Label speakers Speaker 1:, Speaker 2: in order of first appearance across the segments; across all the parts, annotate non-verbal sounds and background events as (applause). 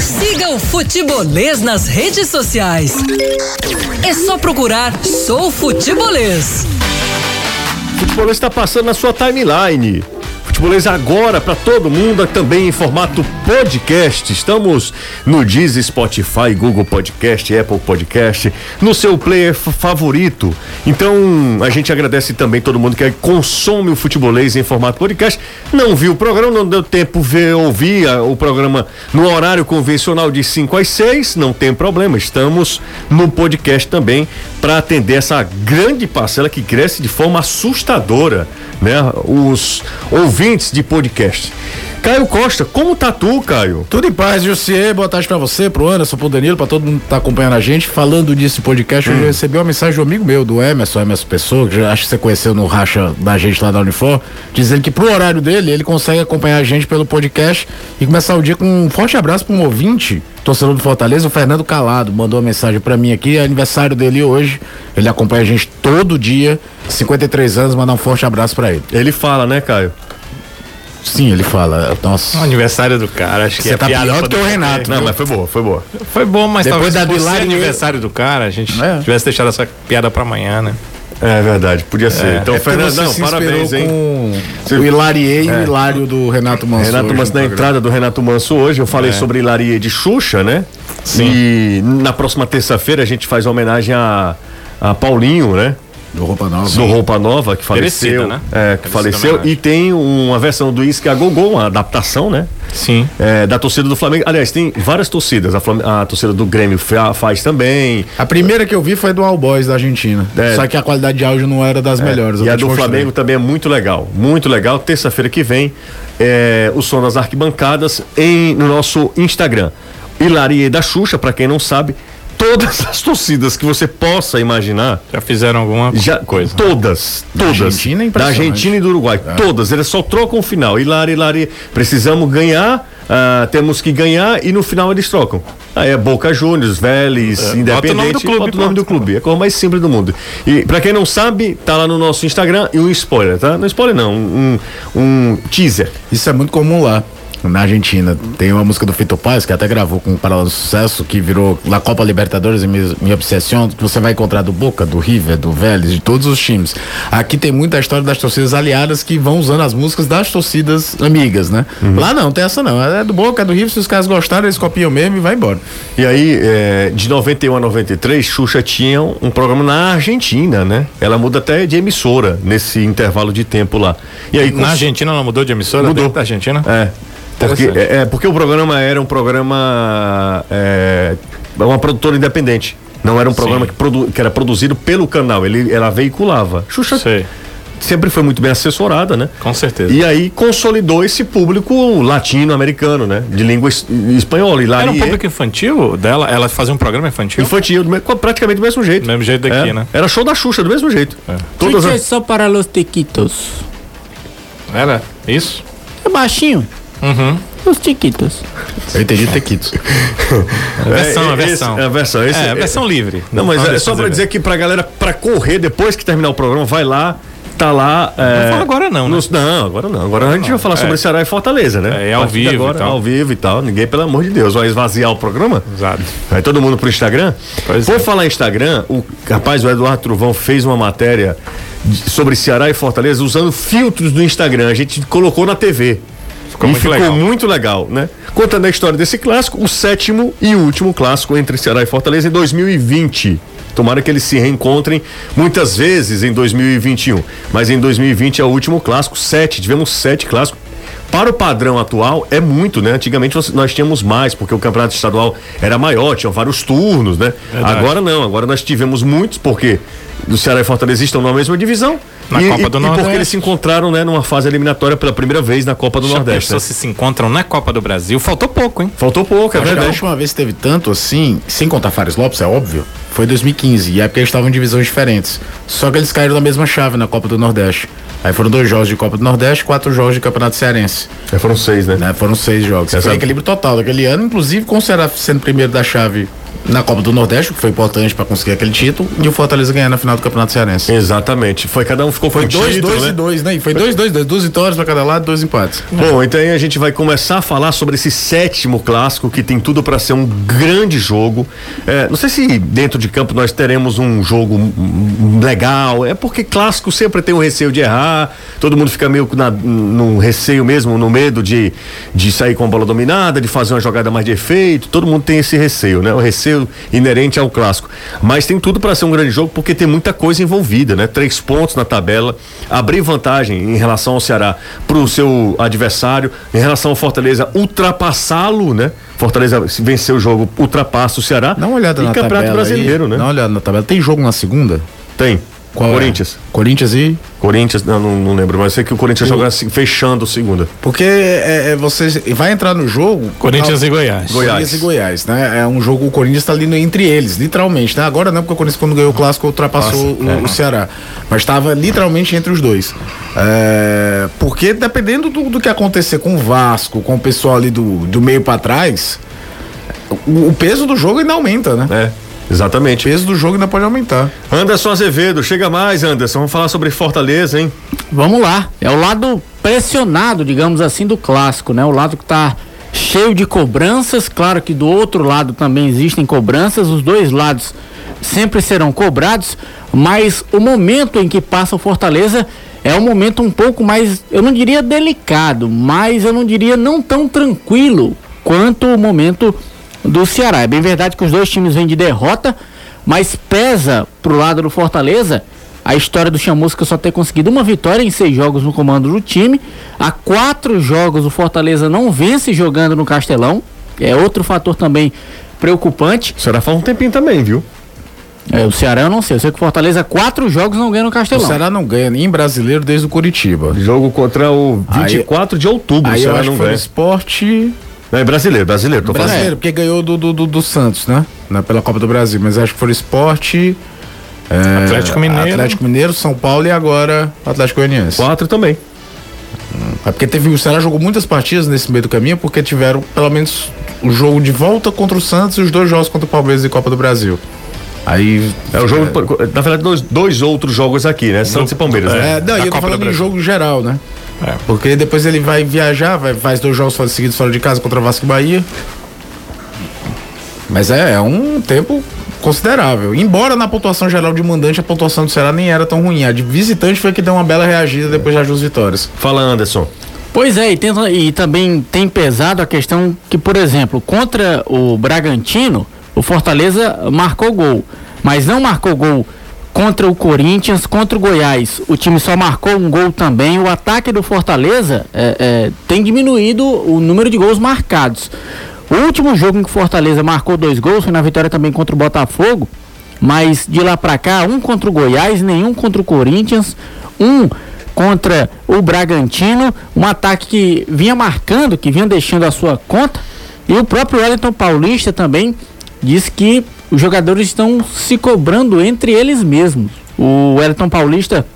Speaker 1: Siga o Futebolês nas redes sociais. É só procurar Sou Futebolês.
Speaker 2: Futebolês está passando na sua timeline. Futebolês agora para todo mundo, também em formato podcast. Estamos no Diz, Spotify, Google Podcast, Apple Podcast, no seu player favorito. Então, a gente agradece também todo mundo que consome o futebolês em formato podcast. Não viu o programa, não deu tempo ver ouvir ah, o programa no horário convencional de 5 às 6, não tem problema. Estamos no podcast também para atender essa grande parcela que cresce de forma assustadora, né? Os ouvintes de podcast. Caio Costa, como tá tu, Caio?
Speaker 3: Tudo em paz, Jussier. Boa tarde pra você, pro Anderson, pro Danilo, pra todo mundo que tá acompanhando a gente. Falando desse podcast, hum. eu recebi uma mensagem do amigo meu, do Emerson, Emerson Pessoa, que já acho que você conheceu no racha da gente lá da Unifor, dizendo que pro horário dele, ele consegue acompanhar a gente pelo podcast e começar o dia com um forte abraço pra um ouvinte, torcedor do Fortaleza, o Fernando Calado, mandou uma mensagem pra mim aqui, é aniversário dele hoje, ele acompanha a gente todo dia, 53 anos, mandar um forte abraço pra ele.
Speaker 2: Ele fala, né, Caio?
Speaker 3: Sim, ele fala. Nossa.
Speaker 4: O (laughs) aniversário do cara, acho que Você é
Speaker 3: tá
Speaker 4: piada
Speaker 3: pior do que o Renato.
Speaker 2: Não, viu? mas foi boa, foi boa.
Speaker 4: Foi bom, mas
Speaker 3: Depois da
Speaker 4: por ser
Speaker 3: Bilar,
Speaker 4: aniversário do cara, a gente
Speaker 3: É.
Speaker 4: tivesse deixado essa piada pra amanhã, né?
Speaker 2: É verdade, podia ser. então,
Speaker 3: É porque você
Speaker 2: Fernandão,
Speaker 3: se
Speaker 2: parabéns,
Speaker 3: inspirou
Speaker 2: hein? É.
Speaker 3: com O Hilariei e o Hilário do Renato Mansur.
Speaker 2: Renato
Speaker 3: hoje
Speaker 2: Manso,
Speaker 4: um
Speaker 3: no
Speaker 2: na
Speaker 3: programa.
Speaker 2: entrada do Renato Manso hoje, eu
Speaker 4: É.
Speaker 2: falei sobre Hilaria de Xuxa, né? Sim. E na próxima terça-feira a gente faz uma homenagem a, a Paulinho, né?
Speaker 3: Do Roupa Nova.
Speaker 2: Do Roupa Nova, que faleceu.
Speaker 4: Merecida, né?
Speaker 2: É, que
Speaker 4: Merecida
Speaker 2: faleceu.
Speaker 4: homenagem.
Speaker 2: E tem uma versão do Isque a Gogol, uma adaptação, né?
Speaker 4: Sim.
Speaker 2: É, da torcida do Flamengo. Aliás, tem várias torcidas. A, Flam- a torcida do Grêmio fa- faz também.
Speaker 3: A primeira que eu vi foi do All Boys da Argentina.
Speaker 2: É.
Speaker 3: Só que a qualidade de áudio não era das melhores. eu
Speaker 2: E
Speaker 3: tô
Speaker 2: a
Speaker 3: te
Speaker 2: do
Speaker 3: mostrando.
Speaker 2: Flamengo também é muito legal. Muito legal. Terça-feira que vem, é, o som das arquibancadas em, no nosso Instagram. Hilaria da Xuxa, pra quem não sabe, todas as torcidas que você possa imaginar.
Speaker 4: Já fizeram alguma
Speaker 2: Já,
Speaker 4: coisa. né?
Speaker 2: Todas, todas.
Speaker 3: Argentina é
Speaker 2: da
Speaker 3: impressionante.
Speaker 2: Argentina e do Uruguai.
Speaker 4: É.
Speaker 2: Todas, eles só trocam o final. Hilaria, Hilaria. Precisamos ganhar, ah, temos que ganhar e no final eles trocam. Aí é Boca Juniors, Vélez,
Speaker 4: É,
Speaker 2: Independente.
Speaker 4: bota o nome do clube,
Speaker 2: bota o nome do
Speaker 4: pronto.
Speaker 2: clube. É a coisa mais simples do mundo. E pra quem não sabe, tá lá no nosso Instagram e um spoiler, tá? Não spoiler não, um, um teaser.
Speaker 3: Isso é muito comum lá. Na Argentina. Tem uma música do Fito Paz, que até gravou com um paralelo sucesso, que virou La Copa Libertadores e Minha Minha Obsession, que você vai encontrar do Boca, do River, do Vélez, de todos os times. Aqui tem muita história das torcidas aliadas que vão usando as músicas das torcidas amigas, né? Lá não, tem essa não. É do Boca, é do River, se os caras gostaram, eles copiam mesmo e vai embora.
Speaker 2: E aí, é, de 91 a 93, Xuxa tinha um programa na Argentina, né? Ela muda até de emissora nesse intervalo de tempo lá. E aí, com-
Speaker 4: Na Argentina não mudou de emissora?
Speaker 2: Mudou.
Speaker 4: Dentro Da tá Argentina?
Speaker 2: É. Porque,
Speaker 4: Interessante.
Speaker 2: é, é, porque o programa era um programa. É, uma produtora independente. Não era um programa que, produ- que era produzido pelo canal, ele, ela veiculava. Xuxa
Speaker 4: Sei.
Speaker 2: sempre foi muito bem assessorada, né?
Speaker 4: Com certeza.
Speaker 2: E aí consolidou esse público latino-americano, né? De língua es- espanhola. E lá
Speaker 4: Era um
Speaker 2: ele-
Speaker 4: público infantil dela? Ela fazia um programa infantil?
Speaker 2: infantil, do me- com- praticamente do mesmo jeito.
Speaker 4: Do mesmo jeito daqui,
Speaker 2: É.
Speaker 4: né? É.
Speaker 2: Era show da Xuxa, do mesmo jeito. Todas as-
Speaker 5: é só para los tequitos.
Speaker 4: Era isso?
Speaker 5: É baixinho.
Speaker 3: Uhum.
Speaker 5: Os tiquitos.
Speaker 3: Eu entendi Tequitos.
Speaker 4: É, versão,
Speaker 2: é,
Speaker 4: é, versão.
Speaker 2: Esse, é, versão. Esse,
Speaker 4: É, versão livre.
Speaker 2: Não, mas
Speaker 4: Vamos
Speaker 2: é só
Speaker 4: fazer
Speaker 2: pra dizer que pra galera, pra correr depois que terminar o programa, vai lá, tá lá. é,
Speaker 4: fala agora não, né?
Speaker 2: nos- Não, agora não. Agora a gente vai falar
Speaker 4: É.
Speaker 2: sobre Ceará e Fortaleza, né?
Speaker 4: É, é ao
Speaker 2: A partir de
Speaker 4: vivo e
Speaker 2: agora,
Speaker 4: tal.
Speaker 2: Ao vivo e tal. Ninguém, pelo amor de Deus, vai esvaziar o programa?
Speaker 4: Exato.
Speaker 2: Vai todo mundo pro Instagram?
Speaker 4: Pois
Speaker 2: Por
Speaker 4: é.
Speaker 2: falar em Instagram, o rapaz, o Eduardo Truvão fez uma matéria de- sobre Ceará e Fortaleza usando filtros do Instagram. A gente colocou na TV. Ficou e
Speaker 4: muito
Speaker 2: ficou
Speaker 4: legal.
Speaker 2: muito legal, né? Contando a história desse clássico, o sétimo e último clássico entre Ceará e Fortaleza em 2020. Tomara que eles se reencontrem muitas vezes em 2021. Mas em 2020 é o último clássico, sete. Tivemos sete clássicos. Para o padrão atual, é muito, né? Antigamente nós- nós tínhamos mais, porque o campeonato estadual era maior, tinham vários turnos, né? Agora não, agora nós tivemos muitos, porque o Ceará e Fortaleza estão na mesma divisão.
Speaker 4: Na
Speaker 2: e,
Speaker 4: Copa
Speaker 2: e-
Speaker 4: do
Speaker 2: e porque
Speaker 4: Nordeste.
Speaker 2: eles se encontraram, né, numa fase eliminatória pela primeira vez na Copa do
Speaker 4: Já
Speaker 2: Nordeste.
Speaker 4: pensou
Speaker 2: né?
Speaker 4: se se encontram na Copa do Brasil? Faltou pouco, hein?
Speaker 2: Faltou pouco, é
Speaker 3: Acho que a
Speaker 2: verdade.
Speaker 3: última vez que teve tanto assim, sem contar Fares Lopes, é óbvio, foi 2015. E é porque eles estavam em divisões diferentes. Só que eles caíram na mesma chave na Copa do Nordeste. Aí foram dois jogos de Copa do Nordeste, quatro jogos de Campeonato Cearense.
Speaker 2: É, foram seis, né?
Speaker 3: né? Foram seis jogos.
Speaker 2: Essa-
Speaker 3: Foi equilíbrio total daquele ano, inclusive com o Ceará sendo primeiro da chave na Copa do Nordeste, que foi importante para conseguir aquele título, e o Fortaleza ganhar na final do Campeonato Cearense.
Speaker 2: Exatamente. Foi cada um ficou foi
Speaker 3: Dois, dois e dois, né? E foi dois, dois, dois, duas vitórias para cada lado, dois empates.
Speaker 2: Bom, então aí a gente vai começar a falar sobre esse sétimo clássico que tem tudo para ser um grande jogo. É, não sei se dentro de campo nós teremos um jogo hum, legal. É porque clássico sempre tem o receio de errar. Todo mundo fica meio na, num receio mesmo, no medo de, de sair com a bola dominada, de fazer uma jogada mais de efeito. Todo mundo tem esse receio, né? O receio inerente ao clássico. Mas tem tudo para ser um grande jogo porque tem muita coisa envolvida, né? Três pontos na tabela, abrir vantagem em relação ao Ceará para o seu adversário, em relação ao Fortaleza, ultrapassá-lo, né? Fortaleza se vencer o jogo, ultrapassa o Ceará.
Speaker 3: Dá uma olhada
Speaker 2: e
Speaker 3: na
Speaker 2: Campeonato
Speaker 3: tabela. aí.
Speaker 2: Brasileiro, né?
Speaker 3: Dá uma olhada na tabela. Tem jogo na segunda?
Speaker 2: Tem.
Speaker 3: Qual é?
Speaker 2: Corinthians.
Speaker 3: Corinthians e.
Speaker 2: Corinthians, não, não, não lembro, mas sei que o Corinthians joga assim, fechando o segunda.
Speaker 3: Porque é, é, você vai entrar no jogo.
Speaker 4: Corinthians e Goiás.
Speaker 2: Goiás.
Speaker 3: Corinthians e Goiás, né? É um jogo, o Corinthians tá ali no- entre eles, literalmente, né? Agora não, porque o Corinthians quando ganhou o Clássico ultrapassou o,
Speaker 2: é.
Speaker 3: o Ceará, mas estava literalmente entre os dois. É, porque dependendo do, do que acontecer com o Vasco, com o pessoal ali do, do meio pra trás, o, o peso do jogo ainda aumenta, né?
Speaker 2: É,
Speaker 3: O
Speaker 2: exatamente.
Speaker 3: peso do jogo ainda pode aumentar.
Speaker 2: Anderson Azevedo, chega mais, Anderson. Vamos falar sobre Fortaleza, hein?
Speaker 5: Vamos lá. É o lado pressionado, digamos assim, do clássico, né? O lado que tá cheio de cobranças. Claro que do outro lado também existem cobranças. Os dois lados sempre serão cobrados, mas o momento em que passa o Fortaleza é um momento um pouco mais, eu não diria delicado, mas eu não diria não tão tranquilo quanto o momento do Ceará. É bem verdade que os dois times vêm de derrota, mas pesa pro lado do Fortaleza a história do Chamusca só ter conseguido uma vitória em seis jogos no comando do time. Há quatro jogos o Fortaleza não vence jogando no Castelão. É outro fator também preocupante.
Speaker 2: O Ceará faz um tempinho também, viu?
Speaker 5: É, o Ceará eu não sei. Eu sei que o Fortaleza há quatro jogos não ganha no
Speaker 3: O
Speaker 5: Castelão.
Speaker 3: Ceará não ganha nem em brasileiro desde o Curitiba.
Speaker 2: Jogo contra o
Speaker 3: Aí-
Speaker 2: 24 de outubro,
Speaker 3: Aí
Speaker 2: o
Speaker 3: eu
Speaker 2: Ceará
Speaker 3: acho
Speaker 2: não
Speaker 3: que foi no
Speaker 2: ganha.
Speaker 3: esporte.
Speaker 2: Não, é brasileiro, brasileiro, tô falando.
Speaker 3: Brasileiro, porque ganhou do, do, do- do Santos, né? Na- pela Copa do Brasil, mas acho que foi esporte. é,
Speaker 4: Atlético Mineiro.
Speaker 3: Atlético Mineiro, São Paulo e agora Atlético Goianiense.
Speaker 2: Quatro também.
Speaker 3: É porque teve, o Ceará jogou muitas partidas nesse meio do caminho, porque tiveram pelo menos o jogo de volta contra o Santos e os dois jogos contra o Palmeiras e Copa do Brasil. Aí.
Speaker 2: É o jogo, na verdade, dois, dois outros jogos aqui, né? Santos e Palmeiras, né?
Speaker 3: É, não,
Speaker 4: da
Speaker 3: e eu tô
Speaker 4: Copa do
Speaker 3: falando em
Speaker 4: Brasil.
Speaker 3: jogo geral, né?
Speaker 4: É.
Speaker 3: Porque depois ele vai viajar, vai, faz dois jogos fora- seguidos fora de casa contra Vasco e Bahia. Mas é, é um tempo considerável. Embora na pontuação geral de mandante a pontuação do Ceará nem era tão ruim. A de visitante foi que deu uma bela reagida depois das duas vitórias.
Speaker 2: Fala, Anderson.
Speaker 5: Pois é, e, tenta- e também tem pesado a questão que, por exemplo, contra o Bragantino, o Fortaleza marcou gol, mas não marcou gol contra o Corinthians, contra o Goiás. O time só marcou um gol também. O ataque do Fortaleza é, é, tem diminuído o número de gols marcados. O último jogo em que o Fortaleza marcou dois gols foi na vitória também contra o Botafogo. Mas de lá pra cá, um contra o Goiás, nenhum contra o Corinthians, um contra o Bragantino, um ataque que vinha marcando, que vinha deixando a sua conta. E o próprio Wellington Paulista também disse que os jogadores estão se cobrando entre eles mesmos. O Wellington Paulista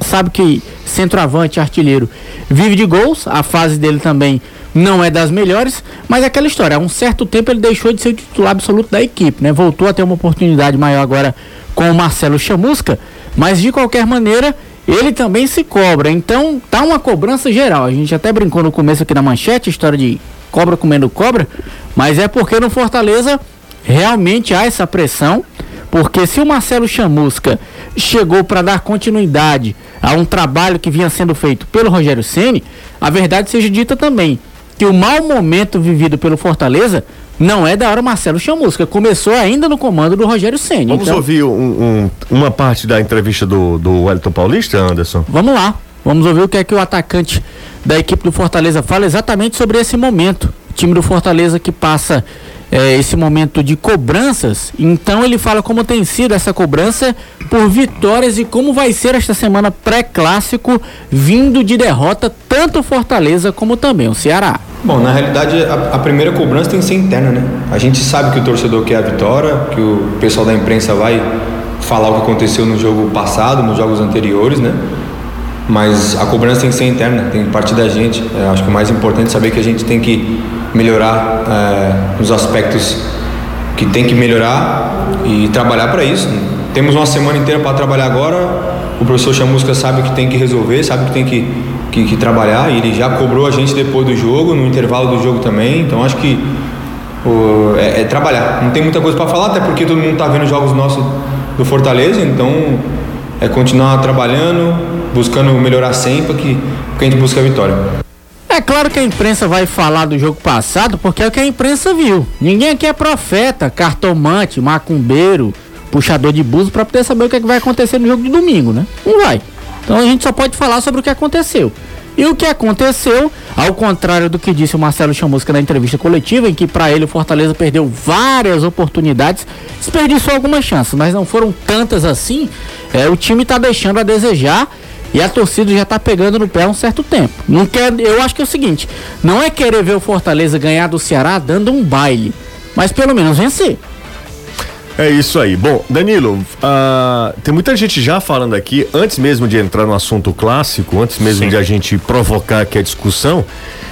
Speaker 5: sabe que centroavante, artilheiro, vive de gols, a fase dele também não é das melhores, mas é aquela história, há um certo tempo ele deixou de ser o titular absoluto da equipe, né? Voltou a ter uma oportunidade maior agora com o Marcelo Chamusca, mas de qualquer maneira, ele também se cobra. Então, tá uma cobrança geral. A gente até brincou no começo aqui na manchete, história de cobra comendo cobra, mas é porque no Fortaleza realmente há essa pressão. Porque se o Marcelo Chamusca chegou para dar continuidade a um trabalho que vinha sendo feito pelo Rogério Ceni, a verdade seja dita também que o mau momento vivido pelo Fortaleza não é da hora Marcelo Chamusca, começou ainda no comando do Rogério Ceni.
Speaker 2: Vamos
Speaker 5: Então,
Speaker 2: ouvir um- um- uma parte da entrevista do, do Wellington Paulista, Anderson?
Speaker 5: Vamos lá, vamos ouvir o que é que o atacante da equipe do Fortaleza fala exatamente sobre esse momento. O time do Fortaleza que passa eh, esse momento de cobranças, então ele fala como tem sido essa cobrança por vitórias e como vai ser esta semana pré-clássico, vindo de derrota tanto o Fortaleza como também o Ceará.
Speaker 6: Bom, na realidade, a, a primeira cobrança tem que ser interna, né? A gente sabe que o torcedor quer a vitória, que o pessoal da imprensa vai falar o que aconteceu no jogo passado, nos jogos anteriores, né? Mas a cobrança tem que ser interna, tem que partir da gente. É, acho que o mais importante é saber que a gente tem que melhorar é, nos aspectos que tem que melhorar e trabalhar para isso. Temos uma semana inteira para trabalhar agora. O professor Chamusca sabe que tem que resolver, sabe que tem que, que, que trabalhar. E ele já cobrou a gente depois do jogo, no intervalo do jogo também. Então acho que o- é, é trabalhar. Não tem muita coisa para falar, até porque todo mundo está vendo jogos nossos do Fortaleza. Então é continuar trabalhando, buscando melhorar sempre, que, que a gente busca a vitória.
Speaker 5: É claro que a imprensa vai falar do jogo passado porque é o que a imprensa viu. Ninguém aqui é profeta, cartomante, macumbeiro, puxador de buzo pra poder saber o que, é que vai acontecer no jogo de domingo, né? Não vai. Então a gente só pode falar sobre o que aconteceu. E o que aconteceu, ao contrário do que disse o Marcelo Chamusca na entrevista coletiva, em que pra ele o Fortaleza perdeu várias oportunidades, desperdiçou algumas chances, mas não foram tantas assim. É, o time tá deixando a desejar e a torcida já tá pegando no pé há um certo tempo. Não quer, eu acho que é o seguinte, não é querer ver o Fortaleza ganhar do Ceará dando um baile, mas pelo menos vencer.
Speaker 2: É isso aí. Bom, Danilo, ah, tem muita gente já falando aqui, antes mesmo de entrar no assunto clássico, antes mesmo de a gente provocar aqui a discussão,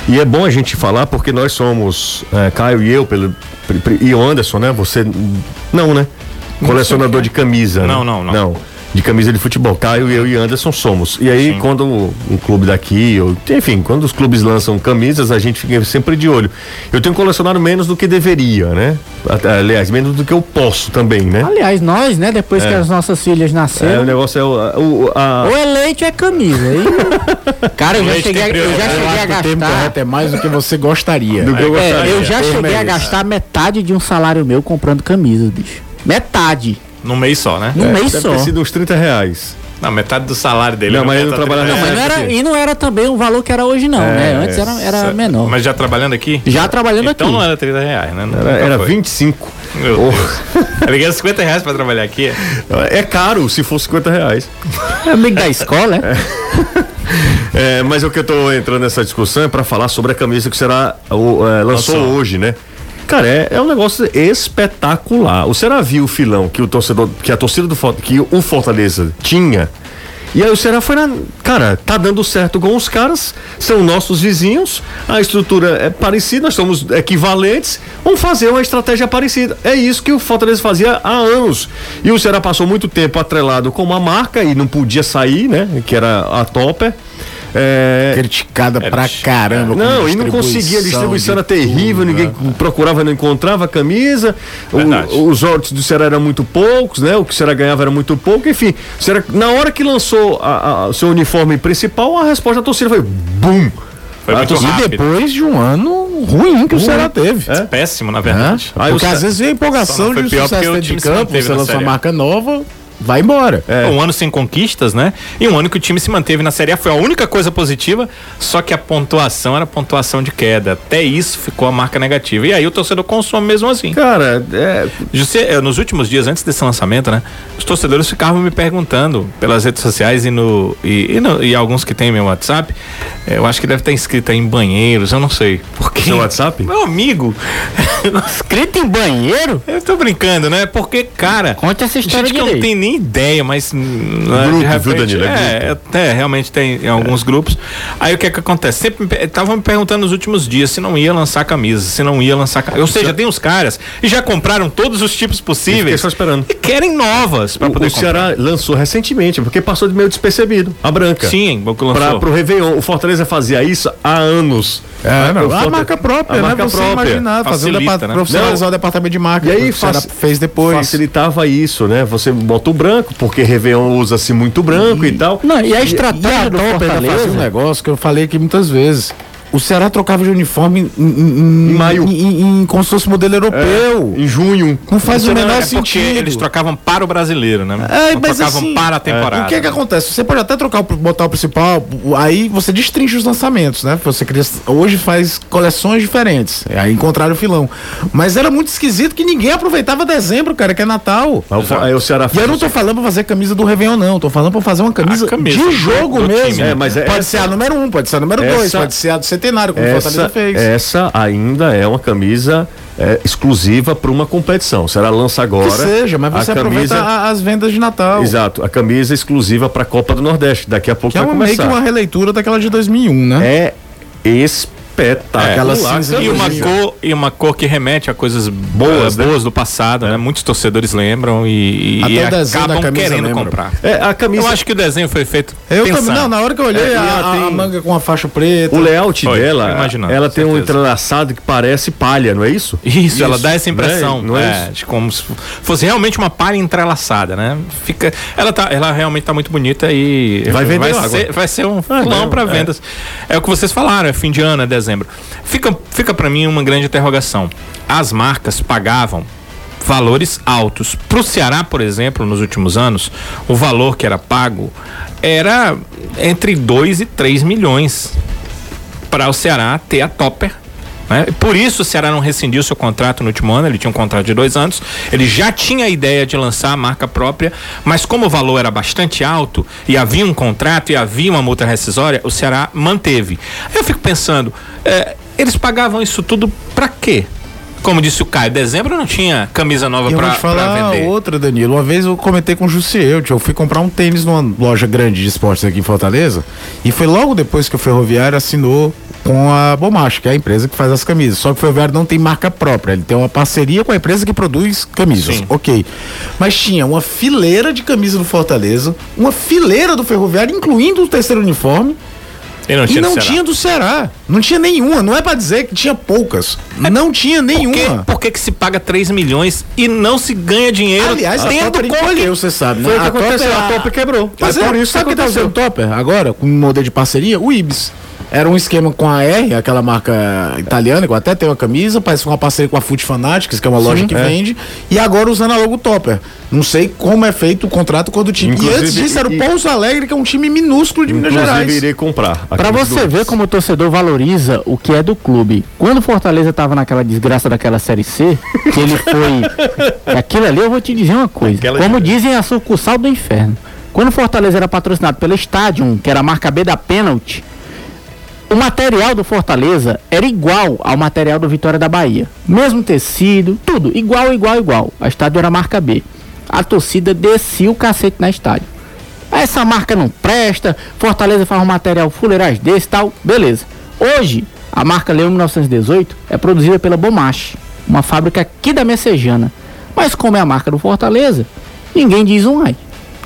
Speaker 2: e é bom a gente falar porque nós somos, eh, Caio e eu, pelo, pri- pri- e o Anderson, né? Você, não, né? Colecionador de camisa. né?
Speaker 4: Não, não, não.
Speaker 2: Não, de camisa de futebol. Caio, eu e Anderson somos. E aí, quando um clube daqui, ou, enfim, quando os clubes lançam camisas, a gente fica sempre de olho. Eu tenho colecionado menos do que deveria, né? Até, Aliás, menos do que eu posso também, né?
Speaker 5: Aliás, nós, né, depois que as nossas filhas
Speaker 2: É, o
Speaker 5: nasceram,
Speaker 2: negócio é o. o- a-
Speaker 5: ou é leite ou é camisa. aí- Cara, eu já
Speaker 4: Leite
Speaker 5: cheguei, a-
Speaker 4: tem
Speaker 5: eu já
Speaker 4: prioridade.
Speaker 5: cheguei a
Speaker 3: acho
Speaker 2: Ah,
Speaker 3: que o
Speaker 2: tá.
Speaker 3: termo
Speaker 5: gastar.
Speaker 3: correto é mais do que você gostaria.
Speaker 2: do que eu
Speaker 5: É,
Speaker 2: gostaria.
Speaker 5: eu já cheguei a gastar metade de um salário meu comprando camisas, bicho. Metade.
Speaker 4: Num mês só, né?
Speaker 5: Num mês
Speaker 2: Deve
Speaker 5: só.
Speaker 2: ter sido uns 30 reais.
Speaker 4: Não, metade do salário dele.
Speaker 2: Não,
Speaker 4: é era
Speaker 2: mas ele não
Speaker 4: metade
Speaker 2: trabalha
Speaker 4: do-
Speaker 2: na-
Speaker 5: Mas não era- e não era também o valor que era hoje, não, né? Antes era, era
Speaker 4: Certo.
Speaker 5: menor.
Speaker 4: Mas já trabalhando aqui?
Speaker 5: Já trabalhando
Speaker 4: então
Speaker 5: aqui.
Speaker 4: não era 30 reais, né?
Speaker 2: Era, era 25.
Speaker 4: Meu
Speaker 2: Oh.
Speaker 4: (laughs) Deus. Eu ganhei 50 reais pra trabalhar aqui.
Speaker 2: É caro se for 50 reais.
Speaker 5: É amigo da escola, é?
Speaker 2: É, mas o que eu tô entrando nessa discussão é pra falar sobre a camisa que será o, é, lançou
Speaker 4: Lançou.
Speaker 2: hoje, né? Cara, é, é um negócio espetacular. O Será viu o filão que o torcedor, que a torcida do Fort- que o Fortaleza tinha. E aí o Será foi na. Cara, tá dando certo com os caras, são nossos vizinhos, a estrutura é parecida, nós somos equivalentes, vamos fazer uma estratégia parecida. É isso que o Fortaleza fazia há anos. E o Será passou muito tempo atrelado com uma marca e não podia sair, né? Que era a Topper. É,
Speaker 3: Criticada pra caramba. com
Speaker 2: não, e não conseguia, a distribuição
Speaker 3: de
Speaker 2: era terrível,
Speaker 3: tudo,
Speaker 2: ninguém
Speaker 3: né?
Speaker 2: procurava, não encontrava a camisa, o-
Speaker 4: Verdade.
Speaker 2: os odds do Ceará eram muito poucos, né? O que o Ceará ganhava era muito pouco, enfim. o Ceará- na hora que lançou a- a- o seu uniforme principal, a resposta da torcida foi BUM!
Speaker 4: Foi
Speaker 2: A
Speaker 4: muito
Speaker 2: torcida-
Speaker 4: rápido.
Speaker 3: E depois de um ano ruim que o Ceará teve.
Speaker 2: É.
Speaker 4: Péssimo, na
Speaker 3: Hã?
Speaker 4: verdade.
Speaker 2: Aí
Speaker 3: Porque
Speaker 2: o
Speaker 3: às
Speaker 2: Sa-
Speaker 3: vezes vem a
Speaker 4: Só
Speaker 3: empolgação
Speaker 4: não
Speaker 3: de
Speaker 4: foi
Speaker 3: um
Speaker 4: pior
Speaker 3: sucesso
Speaker 4: porque o
Speaker 3: dentro de
Speaker 4: time se
Speaker 3: campo,
Speaker 4: manteve
Speaker 3: você
Speaker 4: na
Speaker 3: lança uma
Speaker 4: Série A.
Speaker 3: marca nova, vai embora.
Speaker 2: É.
Speaker 4: Um ano sem conquistas, né? E um ano que o time se manteve na Série A foi a única coisa positiva, só que a pontuação era pontuação de queda. Até isso ficou a marca negativa. E aí o torcedor consome mesmo assim.
Speaker 2: Cara, é,
Speaker 4: José, eh, nos últimos dias, antes desse lançamento, né? Os torcedores ficavam me perguntando pelas redes sociais e, no, e, e no- e alguns que têm meu WhatsApp. eh, Eu acho que deve estar inscrito aí em banheiros, eu não sei. Por quê?
Speaker 2: Seu WhatsApp?
Speaker 4: Meu amigo. (laughs)
Speaker 5: Escrito em banheiro?
Speaker 4: eu tô brincando, né? Porque, cara.
Speaker 5: Conte essa história
Speaker 4: Gente que eu não
Speaker 5: direito.
Speaker 4: tem nem ideia, mas. hum, né,
Speaker 2: Grupo,
Speaker 4: de
Speaker 2: viu, Danilo? É
Speaker 4: É, até realmente tem em alguns grupos. Aí o que é que acontece? Sempre estavam me perguntando nos últimos dias se não ia lançar camisa, se não ia lançar camisa. Ou seja, tem uns caras e já compraram todos os tipos
Speaker 2: é fiquei
Speaker 4: possíveis.
Speaker 2: só esperando.
Speaker 4: E querem novas pra
Speaker 2: o,
Speaker 4: poder
Speaker 2: o Ceará lançou recentemente, porque passou de meio despercebido, a branca.
Speaker 4: comprar. Sim, o que
Speaker 2: Para
Speaker 4: lançou.
Speaker 2: pro Réveillon. O Fortaleza fazia isso há anos.
Speaker 3: É, não,
Speaker 2: o
Speaker 3: a
Speaker 2: Fortaleza-
Speaker 3: marca própria,
Speaker 2: a
Speaker 3: né?
Speaker 2: marca
Speaker 3: você
Speaker 2: própria.
Speaker 3: imaginar, fazer um
Speaker 4: Facilita,
Speaker 3: depa-
Speaker 4: né?
Speaker 3: profissionalizar o departamento de marca.
Speaker 2: E aí
Speaker 3: que o Ceará
Speaker 2: faci-
Speaker 3: fez depois.
Speaker 2: Facilitava isso, né? Você bota o branco, porque Réveillon usa-se muito branco e tal.
Speaker 5: Não, e a estratégia do
Speaker 3: Top ainda fazia um
Speaker 5: Fortaleza?
Speaker 3: negócio que eu falei aqui muitas vezes. O Ceará trocava de uniforme em, em- em-
Speaker 2: maio.
Speaker 3: em- em- em- como se fosse modelo europeu.
Speaker 2: Em junho. um
Speaker 3: Não faz o
Speaker 4: É. Não,
Speaker 3: menor
Speaker 4: é porque
Speaker 3: sentido.
Speaker 4: eles trocavam para o brasileiro, né?
Speaker 3: É,
Speaker 4: não
Speaker 3: mas
Speaker 4: trocavam
Speaker 3: assim,
Speaker 4: para a temporada.
Speaker 3: O que é que acontece? Você pode até trocar, o- botar o principal, o- aí você destringe os lançamentos, né? Você cria, hoje faz coleções diferentes. É, Aí encontraram o filão. Mas era muito esquisito que ninguém aproveitava dezembro, cara, que é Natal.
Speaker 2: Aí o- Aí o Ceará
Speaker 3: E eu
Speaker 2: fez-
Speaker 3: não tô falando pra fazer camisa do Réveillon, não. Tô falando pra fazer uma camisa,
Speaker 4: camisa do-
Speaker 3: de jogo
Speaker 4: do time,
Speaker 3: mesmo.
Speaker 2: né? É, mas é-
Speaker 3: pode
Speaker 2: essa-
Speaker 3: ser a número um, pode ser a número dois,
Speaker 2: Essa-
Speaker 3: pode ser a do centenário, como o
Speaker 2: essa, é
Speaker 3: Fortaleza fez.
Speaker 2: essa ainda é uma camisa é, exclusiva para uma competição. O Ceará lança agora.
Speaker 3: que seja, mas você
Speaker 2: a
Speaker 3: aproveita
Speaker 2: camisa,
Speaker 3: a- as vendas de Natal.
Speaker 2: Exato, a camisa exclusiva para a Copa do Nordeste. Daqui a pouco
Speaker 3: Que é
Speaker 2: vai
Speaker 3: uma, meio que
Speaker 2: começar.
Speaker 3: uma releitura daquela de 2001, né?
Speaker 2: É espetacular. espetacular.
Speaker 4: É,
Speaker 3: aquela cinza
Speaker 2: cara.
Speaker 4: E uma, cor, e uma cor que remete a coisas boas,
Speaker 2: Boas, né?
Speaker 4: boas do passado, né? Muitos torcedores lembram e, e-
Speaker 3: É, Até
Speaker 4: e
Speaker 3: o desenho da
Speaker 4: acabam
Speaker 3: camisa
Speaker 4: querendo
Speaker 3: lembra.
Speaker 4: comprar.
Speaker 2: É, a
Speaker 4: Eu
Speaker 2: camisa.
Speaker 4: acho que o desenho foi feito
Speaker 3: Eu
Speaker 4: pensando.
Speaker 3: também, não, na hora que eu olhei,
Speaker 2: É, e
Speaker 3: a,
Speaker 2: ela tem- um
Speaker 3: a manga com a faixa preta.
Speaker 2: O layout
Speaker 4: Olha,
Speaker 2: dela,
Speaker 4: imaginando,
Speaker 2: ela tem um
Speaker 4: certeza.
Speaker 2: entrelaçado que parece palha, não é isso?
Speaker 4: Isso, ela dá essa impressão,
Speaker 2: Não é, não é
Speaker 4: é,
Speaker 2: isso?
Speaker 4: de como se fosse realmente uma palha entrelaçada, né? Fica, ela tá, ela realmente tá muito bonita e
Speaker 2: Vai vender Ah, logo.
Speaker 4: ser, vai ser um pulão para vendas. É. o que vocês falaram, é fim de ano, é dezembro. Fica, fica para mim uma grande interrogação. As marcas pagavam valores altos. Para o Ceará, por exemplo, nos últimos anos, o valor que era pago era entre 2 e 3 milhões para o Ceará ter a topper. Né? Por isso o Ceará não rescindiu seu contrato no último ano, ele tinha um contrato de dois anos, ele já tinha a ideia de lançar a marca própria, mas como o valor era bastante alto e havia um contrato e havia uma multa rescisória, o Ceará manteve. Eu fico pensando, eh, eles pagavam isso tudo para quê? Como disse o Caio, dezembro não tinha camisa nova
Speaker 3: E eu vou
Speaker 4: para
Speaker 3: te falar
Speaker 4: vender.
Speaker 3: outra, Danilo. Uma vez eu comentei com o Jussieu, tio, eu fui comprar um tênis numa loja grande de esportes aqui em Fortaleza. E foi logo depois que o Ferroviário assinou com a Bomacho, que é a empresa que faz as camisas. Só que o Ferroviário não tem marca própria, ele tem uma parceria com a empresa que produz camisas.
Speaker 4: Sim.
Speaker 3: Ok. Mas tinha uma fileira de camisa do Fortaleza, uma fileira do Ferroviário, incluindo o terceiro uniforme.
Speaker 4: E não
Speaker 3: E
Speaker 4: do
Speaker 3: não
Speaker 4: Ceará.
Speaker 3: tinha do Ceará. Não tinha nenhuma. Não é pra dizer que tinha poucas. Não tinha
Speaker 4: Por que,
Speaker 3: nenhuma.
Speaker 4: por que que se paga 3 milhões e não se ganha dinheiro
Speaker 3: Aliás, a
Speaker 4: tendo
Speaker 3: Topper encolheu, você sabe, né? Foi o que a aconteceu, Topper- a Topper quebrou. Mas É é, por isso sabe o que que tá
Speaker 2: aconteceu.
Speaker 3: usando o Topper agora, com um modelo de parceria? O Ibis. Era um esquema com a R, aquela marca italiana, que eu até tenho uma camisa, parece uma parceria com a Food Fanatics, que é uma loja que vende, e agora usando a logo Topper. Não sei como é feito o contrato quando o time.
Speaker 2: Inclusive,
Speaker 3: e antes disso era o
Speaker 2: e-
Speaker 3: Pouso Alegre, que é um time minúsculo de Minas
Speaker 2: Inclusive,
Speaker 3: Gerais.
Speaker 2: irei comprar. a
Speaker 5: Pra
Speaker 2: camisa
Speaker 5: você
Speaker 2: do-
Speaker 5: ver como o torcedor valoriza o que é do clube. Quando o Fortaleza tava naquela desgraça daquela Série C, que
Speaker 2: (laughs)
Speaker 5: ele foi. Aquilo ali eu vou te dizer uma coisa.
Speaker 2: Aquela
Speaker 5: como
Speaker 2: desgraça.
Speaker 5: dizem, é a sucursal do inferno. Quando o Fortaleza era patrocinado pela Stadium, que era a marca B da pênalti, o material do Fortaleza era igual ao material do Vitória da Bahia. Mesmo tecido, tudo, igual, igual, igual. A estádio era marca B. A torcida descia o cacete na estádio. Essa marca não presta, Fortaleza faz um material fuleirais desse e tal, beleza. Hoje, a marca Leão 1918 é produzida pela Bomache, uma fábrica aqui da Messejana. Mas como é a marca do Fortaleza, ninguém diz um ai.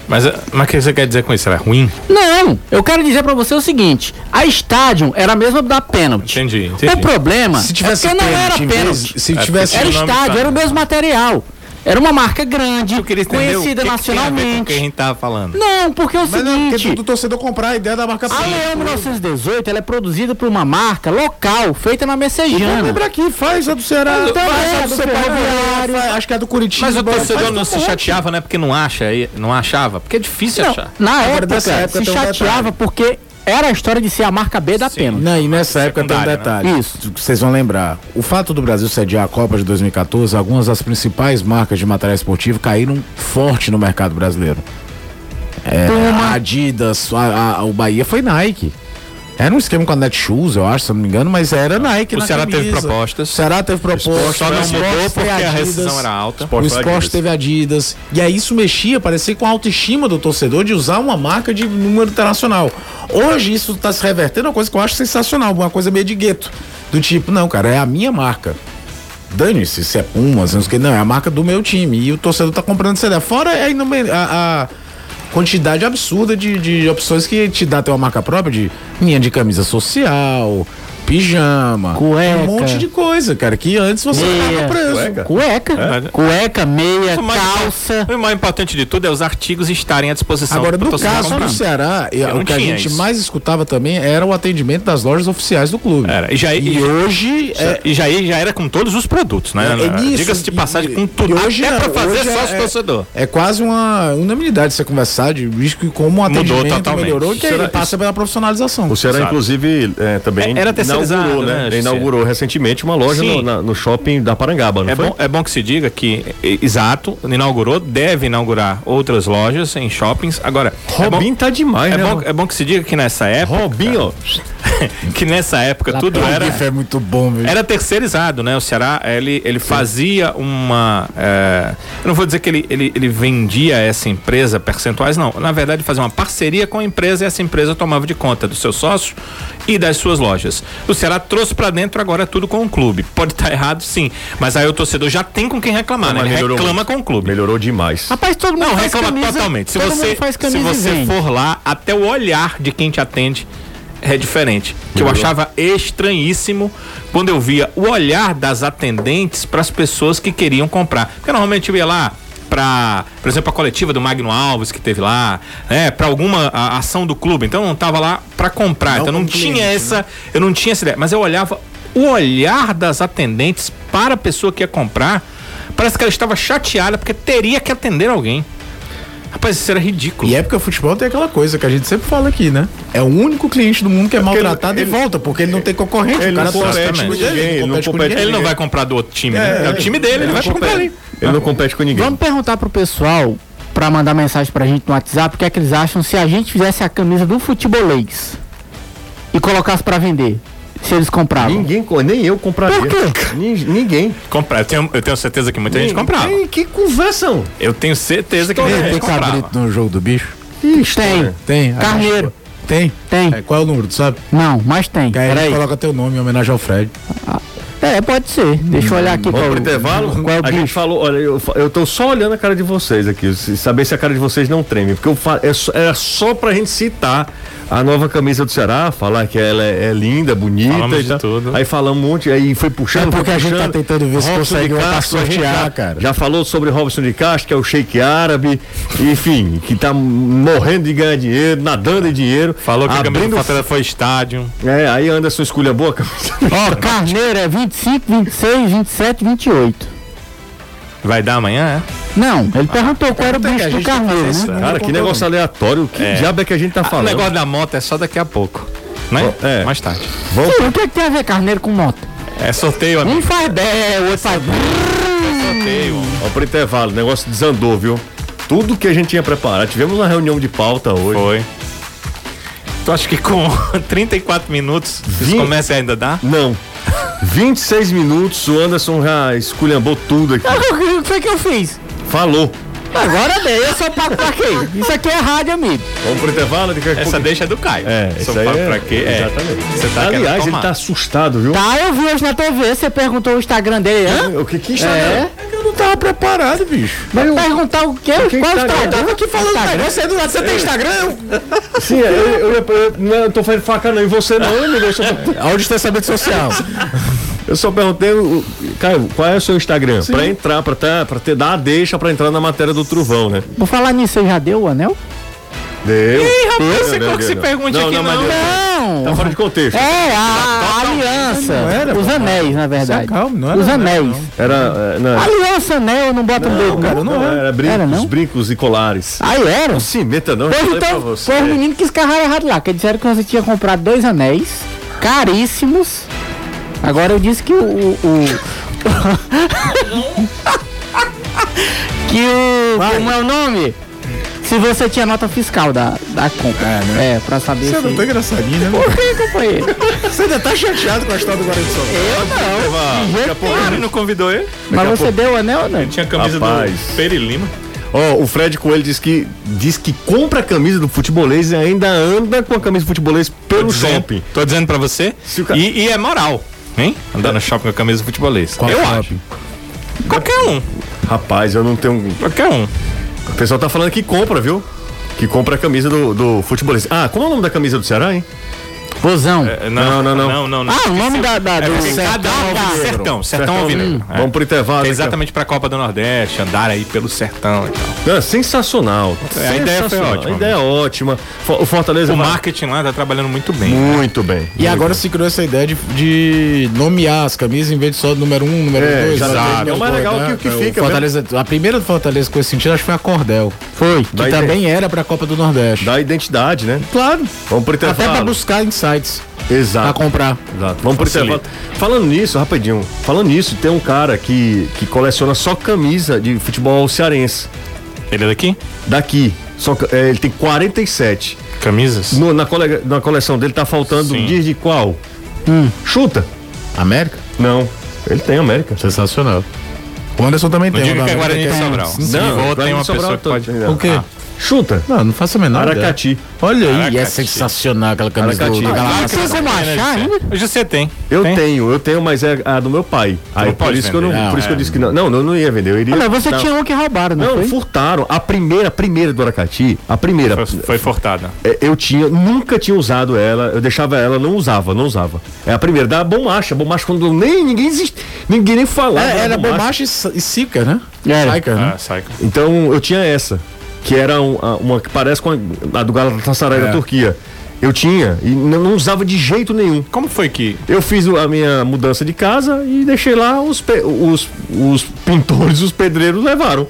Speaker 4: Mas, é, mas o que você quer dizer com isso? Era ruim?
Speaker 5: Não, eu quero dizer pra você o seguinte: a Stadium era a mesma da pênalti.
Speaker 4: Entendi, entendi.
Speaker 5: O problema é porque não era
Speaker 3: pênalti em vez-
Speaker 5: pênalti.
Speaker 3: Se
Speaker 4: É
Speaker 3: tivesse.
Speaker 5: Era
Speaker 4: o nome
Speaker 5: estádio,
Speaker 4: tá.
Speaker 5: era o mesmo material. Era uma marca grande,
Speaker 4: Eu queria entender
Speaker 5: conhecida
Speaker 4: o que que tem a ver com o que a
Speaker 5: nacionalmente.
Speaker 4: gente tava falando.
Speaker 5: Não, porque é o
Speaker 3: Mas não, porque
Speaker 5: seguinte.
Speaker 3: do torcedor comprar a ideia da marca
Speaker 5: A Leão 1918 ela é produzida por uma marca local, feita na
Speaker 3: Lembra
Speaker 5: Messejana.
Speaker 3: aqui, faz a do Ceará,
Speaker 5: Então,
Speaker 3: faz
Speaker 5: é,
Speaker 3: a do
Speaker 5: do
Speaker 3: Ceará,
Speaker 5: Ferroviário.
Speaker 3: faz- acho que é do Curitiba.
Speaker 4: Mas o torcedor
Speaker 3: faz
Speaker 4: não
Speaker 3: do
Speaker 4: se
Speaker 3: Porto.
Speaker 4: chateava, né? Porque não acha, aí- não achava. Porque é difícil
Speaker 5: Não,
Speaker 4: achar.
Speaker 5: na
Speaker 3: Agora,
Speaker 5: época,
Speaker 3: nessa época
Speaker 5: se
Speaker 3: tem um
Speaker 5: chateava
Speaker 3: detalhe.
Speaker 5: porque era a história de ser a marca B da pênalti.
Speaker 3: Não, e nessa época tem um
Speaker 4: Secundário,
Speaker 3: detalhe.
Speaker 5: né? Isso.
Speaker 3: Isso. Que vocês vão lembrar. O fato do Brasil sediar a Copa de 2014, algumas das principais marcas de material esportivo caíram forte no mercado brasileiro. É, a Adidas, a- a- o Bahia foi Nike. Era um esquema com a Netshoes, eu acho, se eu não me engano, mas era Nike
Speaker 4: O
Speaker 3: na
Speaker 4: Ceará teve
Speaker 3: camisa.
Speaker 4: propostas.
Speaker 3: O Ceará teve propostas.
Speaker 4: Só
Speaker 3: o
Speaker 4: não
Speaker 3: esporte
Speaker 4: mudou porque
Speaker 3: teve
Speaker 4: a
Speaker 3: Adidas.
Speaker 4: rescisão era alta.
Speaker 3: O
Speaker 2: Esporte foi
Speaker 3: esporte
Speaker 2: Adidas.
Speaker 3: teve Adidas. E aí isso mexia, parecia com a autoestima do torcedor de usar uma marca de número internacional. Hoje isso está se revertendo, uma coisa que eu acho sensacional, uma coisa meio de gueto. Do tipo, não, cara, é a minha marca. Dane-se se é Pumas, não sei o que. Não, é a marca do meu time. E o torcedor tá comprando essa ideia. Fora a, inumer- a, a quantidade absurda de, de opções que te dá ter uma marca própria de linha de camisa social, pijama,
Speaker 5: Cueca.
Speaker 3: um monte de coisa, cara, que antes você
Speaker 5: Meia.
Speaker 3: tava preso.
Speaker 2: Cueca.
Speaker 5: Cueca,
Speaker 4: É.
Speaker 5: cueca, meia,
Speaker 4: O mais-
Speaker 5: calça.
Speaker 4: O mais importante de tudo é os artigos estarem à disposição.
Speaker 3: Agora,
Speaker 4: pro
Speaker 3: no
Speaker 4: torcedor
Speaker 3: caso
Speaker 4: comprar.
Speaker 3: do Ceará, e-
Speaker 4: não
Speaker 3: o que a
Speaker 4: tinha
Speaker 3: gente
Speaker 4: isso.
Speaker 3: mais escutava também era o atendimento das lojas oficiais do clube.
Speaker 4: Era, e já- e-
Speaker 3: hoje é,
Speaker 4: E já, e já era com todos os produtos, né?
Speaker 3: É, é nisso,
Speaker 4: Diga-se de
Speaker 3: e-
Speaker 4: passagem, com
Speaker 3: e
Speaker 4: tudo.
Speaker 3: hoje
Speaker 4: Até
Speaker 3: não,
Speaker 4: pra fazer
Speaker 3: hoje
Speaker 4: sócio
Speaker 3: é-
Speaker 4: torcedor.
Speaker 3: é quase uma unanimidade você conversar de risco e como o atendimento
Speaker 4: totalmente.
Speaker 3: melhorou, que
Speaker 2: Será-
Speaker 3: ele passa pela profissionalização.
Speaker 2: O Ceará,
Speaker 4: Sabe.
Speaker 2: inclusive, é, também
Speaker 4: É- era terceirizado,
Speaker 2: inaugurou,
Speaker 4: né,
Speaker 2: né?
Speaker 4: Jussier?
Speaker 2: Inaugurou recentemente uma loja
Speaker 4: Sim.
Speaker 2: no, na- no shopping da Parangaba, não
Speaker 4: É
Speaker 2: foi?
Speaker 4: bom, é bom que se diga que, e- exato, inaugurou, deve inaugurar outras lojas em shoppings. Agora, é bom-
Speaker 2: Robin tá demais,
Speaker 4: é
Speaker 2: né?
Speaker 4: bom, é bom que se diga que nessa época.
Speaker 2: Robinho, ó.
Speaker 4: que nessa época
Speaker 5: Lá
Speaker 4: tudo
Speaker 5: pra
Speaker 4: era.
Speaker 3: GIF é muito bom, velho.
Speaker 4: Era terceirizado, né? O Ceará, ele, ele fazia uma. eh, eu não vou dizer que ele, ele, ele vendia essa empresa percentuais, não. Na verdade, ele fazia uma parceria com a empresa e essa empresa tomava de conta do seu sócio e das suas lojas. O Ceará trouxe pra dentro agora tudo com o clube. Pode estar errado, sim. Mas aí o torcedor já tem com quem reclamar, né?
Speaker 2: Mas
Speaker 4: Ele
Speaker 2: melhorou
Speaker 4: reclama
Speaker 2: muito.
Speaker 4: com o clube. Ah,
Speaker 2: Melhorou demais.
Speaker 5: Rapaz, todo mundo
Speaker 4: Não,
Speaker 5: faz
Speaker 4: reclama
Speaker 5: camisa,
Speaker 4: totalmente. Se
Speaker 5: todo
Speaker 4: você,
Speaker 5: mundo faz
Speaker 4: se
Speaker 5: camisa e
Speaker 4: você
Speaker 5: vende.
Speaker 4: for lá, até o olhar de quem te atende é diferente. Que eu achava estranhíssimo quando eu via o olhar das atendentes para as pessoas que queriam comprar. Porque normalmente eu ia lá para, por exemplo, a coletiva do Magno Alves que teve lá, né, para alguma a- ação do clube. Então eu não tava lá para comprar, então eu não
Speaker 3: como
Speaker 4: tinha
Speaker 3: cliente,
Speaker 4: essa, eu não tinha essa ideia, mas eu olhava o olhar das atendentes para a pessoa que ia comprar, parece que ela estava chateada porque teria que atender alguém. Rapaz, isso era ridículo.
Speaker 3: E é porque o futebol tem aquela coisa que a gente sempre fala aqui, né? É o único cliente do mundo que é
Speaker 2: porque ele-
Speaker 3: maltratado
Speaker 2: ele-
Speaker 3: e volta, porque ele não tem concorrente.
Speaker 2: ele
Speaker 3: o
Speaker 2: não
Speaker 3: cara
Speaker 2: compete
Speaker 3: tá-
Speaker 4: com
Speaker 2: ninguém, ele não compete
Speaker 4: Ele não vai comprar do outro time, né? É, o time dele, ele, vai comprar ali.
Speaker 2: Ele não compete com ninguém.
Speaker 5: Vamos perguntar pro pessoal, pra mandar mensagem pra gente no WhatsApp, o que é que eles acham se a gente fizesse a camisa do futebolês e colocasse pra vender, se eles compravam.
Speaker 2: Ninguém, co- nem eu compraria.
Speaker 5: Por quê?
Speaker 2: Nin- Ninguém.
Speaker 4: Comprar. Eu tenho, eu tenho certeza que muita gente comprava.
Speaker 2: Ei, que conversão.
Speaker 4: Eu tenho certeza que muita
Speaker 3: Tem,
Speaker 4: gente
Speaker 3: tem
Speaker 4: comprava.
Speaker 3: cabrito no jogo do bicho?
Speaker 5: tem,
Speaker 3: Tem.
Speaker 5: Carneiro.
Speaker 3: Tem.
Speaker 5: tem.
Speaker 3: É, qual é o número, tu sabe?
Speaker 5: Não, mas tem.
Speaker 3: Que aí a gente
Speaker 5: Peraí.
Speaker 3: coloca teu nome em homenagem ao Fred.
Speaker 5: É, pode ser. Deixa eu olhar aqui
Speaker 2: Vamos
Speaker 5: qual-
Speaker 2: pro intervalo?
Speaker 5: Qual é o
Speaker 2: a gente
Speaker 5: bicho?
Speaker 2: falou, olha, eu, fa- eu tô só olhando a cara de vocês aqui, se- saber se a cara de vocês não treme, porque eu fa- é só, era só pra gente citar a nova camisa do Ceará, falar que ela é, é linda, bonita
Speaker 4: Falamos
Speaker 2: e
Speaker 4: de
Speaker 2: tal.
Speaker 4: tudo.
Speaker 2: Aí falamos um monte, aí foi puxando,
Speaker 3: É porque
Speaker 2: foi
Speaker 3: a gente
Speaker 2: puxando.
Speaker 3: tá tentando ver se
Speaker 2: Robson
Speaker 3: consegue
Speaker 2: de
Speaker 3: uma pra
Speaker 2: Castro, a gente
Speaker 3: sortear,
Speaker 2: já-
Speaker 3: cara.
Speaker 2: Já falou sobre Robson de Castro, que é o shake árabe, enfim, que tá morrendo de ganhar dinheiro, nadando em dinheiro.
Speaker 4: Falou que a camisa
Speaker 2: abrindo,
Speaker 4: do Fortaleza foi estádio.
Speaker 2: é, aí Anderson escolhe a boa camisa.
Speaker 5: Ó, Carneiro é 25, 26, 27, 28.
Speaker 4: Vai dar amanhã, é?
Speaker 5: Não, ele perguntou qual era o
Speaker 3: pergunta Ah, é que a
Speaker 5: bicho do
Speaker 3: gente tem que
Speaker 5: Carneiro,
Speaker 3: fazer isso,
Speaker 5: né?
Speaker 2: Cara, que negócio aleatório, que diabo é que a gente tá
Speaker 4: O
Speaker 2: falando?
Speaker 4: negócio da moto é só daqui a pouco. Né?
Speaker 2: Bom, é.
Speaker 4: Mais tarde.
Speaker 2: Vamos
Speaker 5: Sim, o que, é que tem a ver Carneiro com moto?
Speaker 4: É sorteio, amigo.
Speaker 5: Um faz 10, o outro faz...
Speaker 4: Sorteio.
Speaker 2: Ó, pro intervalo, o negócio desandou, viu? Tudo que a gente tinha preparado. Tivemos uma reunião de pauta hoje.
Speaker 4: Foi. Tu acha que com (laughs) 34 minutos isso
Speaker 2: Vinte.
Speaker 4: começa a ainda dar?
Speaker 2: (laughs) Não. 26 minutos, o Anderson já esculhambou tudo aqui.
Speaker 5: O que foi que eu fiz?
Speaker 2: Falou.
Speaker 5: Agora bem, eu sou pago pra quê? Isso aqui é rádio, amigo.
Speaker 2: Vamos pro intervalo? daqui a
Speaker 4: Essa
Speaker 2: pouco-
Speaker 4: deixa é do Caio.
Speaker 2: É,
Speaker 4: Só
Speaker 2: isso aí
Speaker 4: fala
Speaker 2: é...
Speaker 4: pra quê? É.
Speaker 2: Exatamente.
Speaker 4: Você tá querendo
Speaker 2: Aliás, ele
Speaker 4: tomar.
Speaker 2: tá assustado, viu?
Speaker 5: Tá, eu vi hoje na TV, você perguntou o Instagram dele, hã?
Speaker 2: O que que está...
Speaker 3: É
Speaker 5: É?
Speaker 3: que eu não tava preparado, bicho.
Speaker 5: Vai perguntar o quê?
Speaker 2: que
Speaker 5: Qual o
Speaker 2: Instagram?
Speaker 5: Instagram?
Speaker 2: Eu tava
Speaker 5: aqui falando Instagram. É.
Speaker 3: Você, do lado, você tem Instagram?
Speaker 2: Sim, eu, eu, eu, eu- não, eu tô fazendo faca não. E você não, meu Deus. eu só- (laughs)
Speaker 3: Ao distanciamento social.
Speaker 2: Eu só perguntei, o- o- Caio, qual é o seu Instagram? Pra entrar, pra, tá, pra ter, dar a deixa pra entrar na matéria do Truvão, né?
Speaker 5: Por falar nisso, você já deu o anel?
Speaker 2: Deu. Ih,
Speaker 4: rapaz, você quer que se pergunte aqui, não?
Speaker 5: Não.
Speaker 2: Tá fora de contexto.
Speaker 5: É, a, a aliança.
Speaker 3: era,
Speaker 5: os
Speaker 3: papai.
Speaker 5: anéis, na verdade.
Speaker 3: acalma, não era
Speaker 5: os
Speaker 3: anel,
Speaker 5: anéis.
Speaker 2: Era. é, Não,
Speaker 5: Aliança, anel, não bota no dedo.
Speaker 3: cara, não
Speaker 2: era. brincos,
Speaker 5: Era, não?
Speaker 2: brincos e colares.
Speaker 5: Aí era.
Speaker 2: Sim, meta não, eu
Speaker 5: Pois
Speaker 2: falei pra
Speaker 5: então,
Speaker 2: você.
Speaker 5: foi os meninos que escarraram errado lá, que disseram que você tinha comprado dois anéis caríssimos. Agora eu disse que o. o- o- (laughs) que o. Como é o nome? Se você tinha nota fiscal da, da compra. É, pra saber
Speaker 3: Você não
Speaker 5: se.
Speaker 3: tá engraçadinho, né?
Speaker 5: Por que, companheiro?
Speaker 3: Você ainda tá chateado com a história do Guarani
Speaker 5: Não, de jeito nenhum.
Speaker 4: Claro, não convidou ele.
Speaker 5: Mas você deu o anel ou não?
Speaker 4: Tinha a camisa
Speaker 2: Rapaz.
Speaker 4: do Perilima.
Speaker 2: Ó, o Fred Coelho diz que, diz que compra a camisa do futebolês e ainda anda com a camisa do futebolês pelo shopping.
Speaker 4: tô dizendo pra você.
Speaker 2: Se o ca-
Speaker 4: E, e é moral, hein? Andar no shopping com a camisa do futebolês.
Speaker 3: Qual
Speaker 4: eu
Speaker 3: shopping?
Speaker 4: acho. Qualquer um.
Speaker 2: Rapaz, eu não tenho.
Speaker 4: Qualquer um.
Speaker 2: O pessoal tá falando que compra, viu? Que compra a camisa do, do futebolês. Ah, como é o nome da camisa do Ceará, hein?
Speaker 5: Bozão.
Speaker 4: É,
Speaker 2: Não, não, não.
Speaker 4: Não, não, não.
Speaker 5: Ah, o nome da. da
Speaker 4: É
Speaker 5: do
Speaker 4: porque cada um
Speaker 5: da-
Speaker 4: sertão, sertão, sertão alvinegro. É.
Speaker 2: Então, Vamos pro intervalo.
Speaker 4: É
Speaker 2: daqui a-
Speaker 4: Exatamente pra Copa do Nordeste, andar aí pelo sertão e tal.
Speaker 2: Ah, sensacional.
Speaker 4: É, a ideia foi
Speaker 2: Sensacional.
Speaker 4: ótima.
Speaker 2: A ideia é ótima. Fo- O Fortaleza.
Speaker 4: O
Speaker 2: vai-
Speaker 4: marketing lá tá trabalhando muito bem.
Speaker 2: Muito bem.
Speaker 3: E agora se criou essa ideia de, de nomear as camisas em vez de só do número 1, um, número 2.
Speaker 2: É,
Speaker 3: dois,
Speaker 2: já
Speaker 3: número
Speaker 2: sabe.
Speaker 3: três,
Speaker 2: É o mais
Speaker 3: número
Speaker 2: legal
Speaker 3: quatro,
Speaker 2: que- que
Speaker 3: né?
Speaker 2: fica,
Speaker 3: O Fortaleza, A primeira do Fortaleza com esse sentido acho que foi a Cordel.
Speaker 5: Foi.
Speaker 3: Que
Speaker 2: Daí
Speaker 3: também era pra Copa do Nordeste.
Speaker 2: Dá identidade, né?
Speaker 3: Claro.
Speaker 2: Vamos pro
Speaker 3: Até pra
Speaker 2: intervalo.
Speaker 3: buscar insights pra
Speaker 2: Exato.
Speaker 3: comprar.
Speaker 2: Exato. Vamos pro
Speaker 4: Facilita.
Speaker 2: intervalo. Falando nisso, rapidinho. Falando nisso, tem um cara que, que coleciona só camisa de futebol cearense.
Speaker 4: Ele é daqui?
Speaker 2: Daqui. Só, ca- é, ele tem 47.
Speaker 4: Camisas?
Speaker 2: No- na, cole- na coleção dele tá faltando
Speaker 4: Sim. Hum.
Speaker 2: diz de qual? Chuta.
Speaker 3: América?
Speaker 2: Não. Ele tem América.
Speaker 3: Sensacional. O Anderson também
Speaker 4: Não
Speaker 3: tem. né?
Speaker 4: diga
Speaker 3: o
Speaker 4: que
Speaker 3: da
Speaker 4: é Guarani
Speaker 3: América.
Speaker 4: de Sobral. Se
Speaker 2: Não,
Speaker 4: volta,
Speaker 2: Guarani
Speaker 4: tem uma
Speaker 2: de Sobral
Speaker 4: pessoa que pode. Ah.
Speaker 2: todo, né?
Speaker 3: O quê?
Speaker 2: Chuta.
Speaker 3: Não, não faço a menor ideia.
Speaker 2: Aracati.
Speaker 3: Olha aí,
Speaker 4: Aracati.
Speaker 3: é sensacional aquela camisa
Speaker 2: Aracati.
Speaker 3: do- da
Speaker 2: Ah,
Speaker 5: Claro
Speaker 3: Galáxia.
Speaker 5: que você vai achar ainda.
Speaker 4: né, Hoje você tem.
Speaker 2: Eu
Speaker 4: Tem?
Speaker 2: tenho, eu tenho, mas é a do meu pai. Aí
Speaker 4: não
Speaker 2: por
Speaker 4: pode
Speaker 2: isso que eu não,
Speaker 4: vender.
Speaker 2: por
Speaker 4: Não,
Speaker 2: isso que eu
Speaker 4: é.
Speaker 2: disse que não. Não, não, não ia vender, eu iria.
Speaker 5: Olha, você
Speaker 2: furtar.
Speaker 5: tinha um que roubaram, não,
Speaker 2: Não,
Speaker 5: foi?
Speaker 2: furtaram. A primeira, a primeira do Aracati, a primeira.
Speaker 4: Foi, assim. foi furtada.
Speaker 2: É, Eu tinha, nunca tinha usado ela, eu deixava ela, não usava, não usava. É a primeira, da Bombacha, Bombacha quando nem ninguém existe, ninguém nem falava.
Speaker 3: É,
Speaker 2: da
Speaker 3: era
Speaker 2: Bombacha.
Speaker 3: Bomacha e e Sica, né?
Speaker 5: Era.
Speaker 3: Sica, né?
Speaker 4: Ah, Saico.
Speaker 2: Então eu tinha essa, que era um- a- uma que parece com a, a do Galatasaray
Speaker 4: É.
Speaker 2: da Turquia. Eu tinha e não, não usava de jeito nenhum.
Speaker 4: Como foi que.
Speaker 2: Eu fiz o- a minha mudança de casa e deixei lá os, pe- os, os pintores, os pedreiros levaram.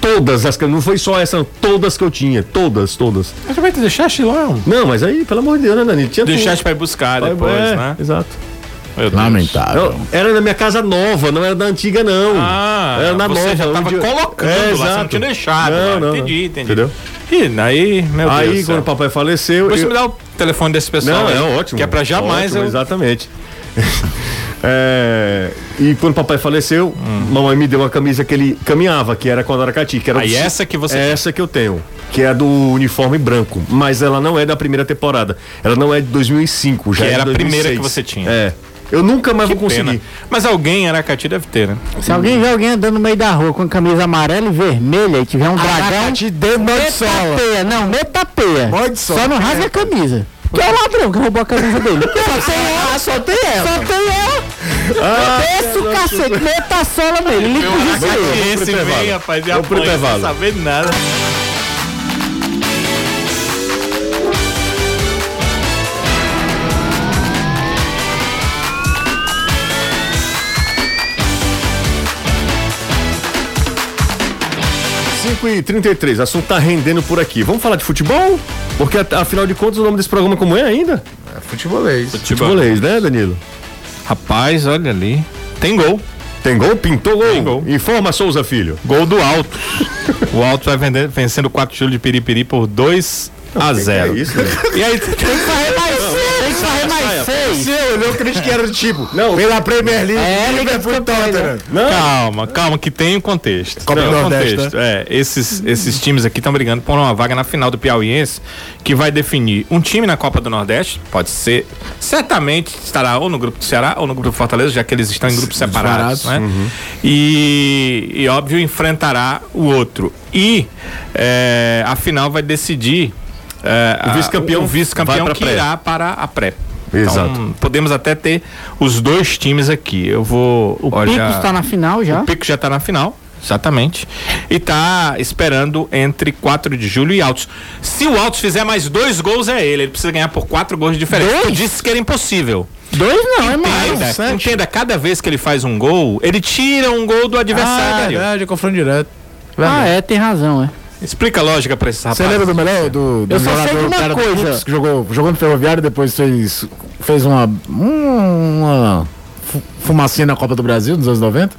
Speaker 2: Todas as que não foi só essa, todas que eu tinha, todas, todas.
Speaker 4: Mas também tu deixaste lá, um.
Speaker 2: Não, mas aí, pelo amor de Deus, né, Danilo? Tinha tudo.
Speaker 4: Deixaste pra ir buscar depois,
Speaker 2: É,
Speaker 4: né?
Speaker 2: Exato.
Speaker 4: Meu Deus.
Speaker 3: Lamentável.
Speaker 2: Não, era na minha casa nova, não era da antiga, não.
Speaker 4: Ah,
Speaker 2: era na
Speaker 4: você
Speaker 2: nova.
Speaker 4: já tava
Speaker 2: onde eu-
Speaker 4: colocando
Speaker 2: É,
Speaker 4: lá, você não
Speaker 2: exato.
Speaker 4: tinha deixado.
Speaker 2: Não,
Speaker 4: lá.
Speaker 2: não,
Speaker 4: entendi,
Speaker 2: não.
Speaker 4: entendi.
Speaker 2: Entendeu?
Speaker 4: E aí, meu
Speaker 2: Aí,
Speaker 4: Deus.
Speaker 2: quando
Speaker 4: do céu.
Speaker 2: o papai faleceu.
Speaker 4: Depois
Speaker 2: eu-
Speaker 4: você me dá o telefone desse pessoal.
Speaker 2: Não,
Speaker 4: aí,
Speaker 2: é ótimo.
Speaker 4: Que é pra jamais
Speaker 2: Ótimo,
Speaker 4: eu.
Speaker 2: Exatamente. (laughs) É, e quando o papai faleceu,
Speaker 4: Hum.
Speaker 2: mamãe me deu uma camisa que ele caminhava, que era com a do Aracati, que era o-
Speaker 4: Aí Ah, essa que você.
Speaker 2: É essa que eu tenho, que é a do uniforme branco, mas ela não é da primeira temporada. Ela não é de 2005, já
Speaker 4: Que
Speaker 2: é de
Speaker 4: era a primeira
Speaker 2: 2006.
Speaker 4: que você tinha.
Speaker 2: É. Eu nunca mais vou
Speaker 4: Pena.
Speaker 2: conseguir.
Speaker 4: Mas alguém em Aracati deve ter, né?
Speaker 5: Se alguém vê alguém andando no meio da rua com camisa amarela e vermelha e tiver um dragão,
Speaker 3: Aracati dentro da sola.
Speaker 5: metapeia, não, metapeia.
Speaker 3: Pode
Speaker 5: Só
Speaker 3: sola.
Speaker 5: não rasga a camisa. Que é o ladrão que roubou a camisa dele. (laughs) Só tem ela, só tem ela. Ah, Só tem ela. Esse cacete, meta a sola nele, limpa o juiz dele.
Speaker 4: Esse vem, rapaz, e
Speaker 2: Vamos pro
Speaker 4: apanha sem
Speaker 2: intervalo.
Speaker 4: saber de nada.
Speaker 2: cinco e 33 o assunto tá rendendo por aqui. Vamos falar de futebol? Porque a- afinal de contas o nome desse programa como é ainda?
Speaker 3: É futebolês.
Speaker 2: Futebolês, né, Danilo?
Speaker 4: Rapaz, olha ali. Tem gol.
Speaker 2: Tem gol, pintou gol.
Speaker 4: Tem gol.
Speaker 2: Informa Souza Filho.
Speaker 4: Gol do Alto. o Alto vai vender- vencendo 4 quilos de piripiri por 2 a 0.
Speaker 2: É isso, velho.
Speaker 4: E aí,
Speaker 5: Tem que fazer mais seis, tem que fazer mais seis.
Speaker 3: Eu acredito que era do tipo.
Speaker 2: Não,
Speaker 3: Pela Premier League,
Speaker 5: É, Liga
Speaker 3: Liverpool
Speaker 5: dos
Speaker 3: e Tottenham.
Speaker 4: calma, calma, que tem um contexto.
Speaker 3: Copa
Speaker 4: tem
Speaker 3: do
Speaker 4: um
Speaker 3: Nordeste,
Speaker 2: né?
Speaker 4: É, esses, esses times aqui estão brigando por uma vaga na final do Piauiense, que vai definir um time na Copa do Nordeste, pode ser, certamente estará ou no grupo do Ceará ou no grupo do Fortaleza, já que eles estão em grupos separados,
Speaker 3: separados,
Speaker 4: né? E, e, óbvio, enfrentará o outro. E é, a final vai decidir é,
Speaker 2: O
Speaker 4: a-
Speaker 2: vice-campeão
Speaker 4: o vice-campeão
Speaker 2: vai pra
Speaker 4: que
Speaker 2: pré.
Speaker 4: irá para a pré.
Speaker 2: Exato.
Speaker 4: Então, podemos até ter os dois times aqui. Eu vou.
Speaker 5: O
Speaker 4: ó,
Speaker 5: Pico
Speaker 4: já-
Speaker 5: está tá na final já.
Speaker 4: o Pico já tá na final, exatamente. E tá esperando entre 4 de julho e Altos. Se o Altos fizer mais dois gols, é ele. Ele precisa ganhar por quatro gols de diferença.
Speaker 5: Dois?
Speaker 4: Tu disse que era impossível.
Speaker 5: Dois não, é mais.
Speaker 4: Entenda, entenda, cada vez que ele faz um gol, ele tira um gol do
Speaker 3: Ah, é
Speaker 4: adversário.
Speaker 3: verdade, é confronto direto.
Speaker 5: Ah, é, tem razão, é.
Speaker 4: Explica a lógica pra esse rapaz.
Speaker 3: Você lembra do melhor do, do
Speaker 5: Eu só sei de uma
Speaker 3: cara do
Speaker 5: coisa.
Speaker 3: Fluminense que jogou, jogou no ferroviário depois fez fez uma uma fu- fumacinha na Copa do Brasil nos anos 90?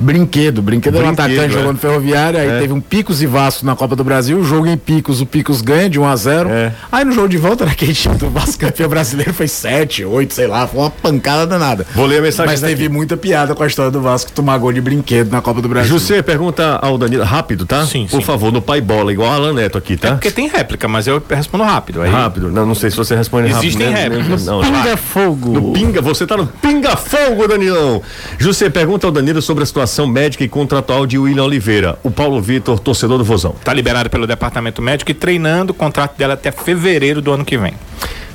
Speaker 3: Brinquedo, brinquedo era um
Speaker 2: Brinquedo,
Speaker 3: atacante
Speaker 2: é.
Speaker 3: jogando ferroviário, aí
Speaker 2: É.
Speaker 3: teve um Picos e Vasco na Copa do Brasil, o jogo em Picos, o Picos ganha de 1 a 0
Speaker 2: É.
Speaker 3: Aí no jogo de volta (laughs) naquele time do Vasco campeão brasileiro foi 7, 8, sei lá, foi uma pancada danada.
Speaker 2: É. Vou ler a mensagem
Speaker 3: Mas
Speaker 2: daqui.
Speaker 3: teve muita piada com a história do Vasco tomar gol de brinquedo na Copa do Brasil.
Speaker 2: José, pergunta ao Danilo, rápido, tá?
Speaker 4: Sim,
Speaker 2: Por
Speaker 4: sim.
Speaker 2: favor, no pai bola, igual a Alan Neto aqui, tá? É
Speaker 4: É porque tem réplica, mas eu respondo rápido. Aí
Speaker 3: Ah.
Speaker 2: Rápido. Não, não sei se você responde rápido.
Speaker 4: Existem
Speaker 2: né?
Speaker 4: réplicas.
Speaker 2: Não, não.
Speaker 5: Pinga fogo.
Speaker 2: No pinga, você tá no pinga fogo, Danilão. José pergunta ao Danilo sobre a situação médica e contratual de William Oliveira, o Paulo Vitor, torcedor do Vozão.
Speaker 4: Tá liberado pelo departamento médico e treinando o contrato dela até fevereiro do ano que vem.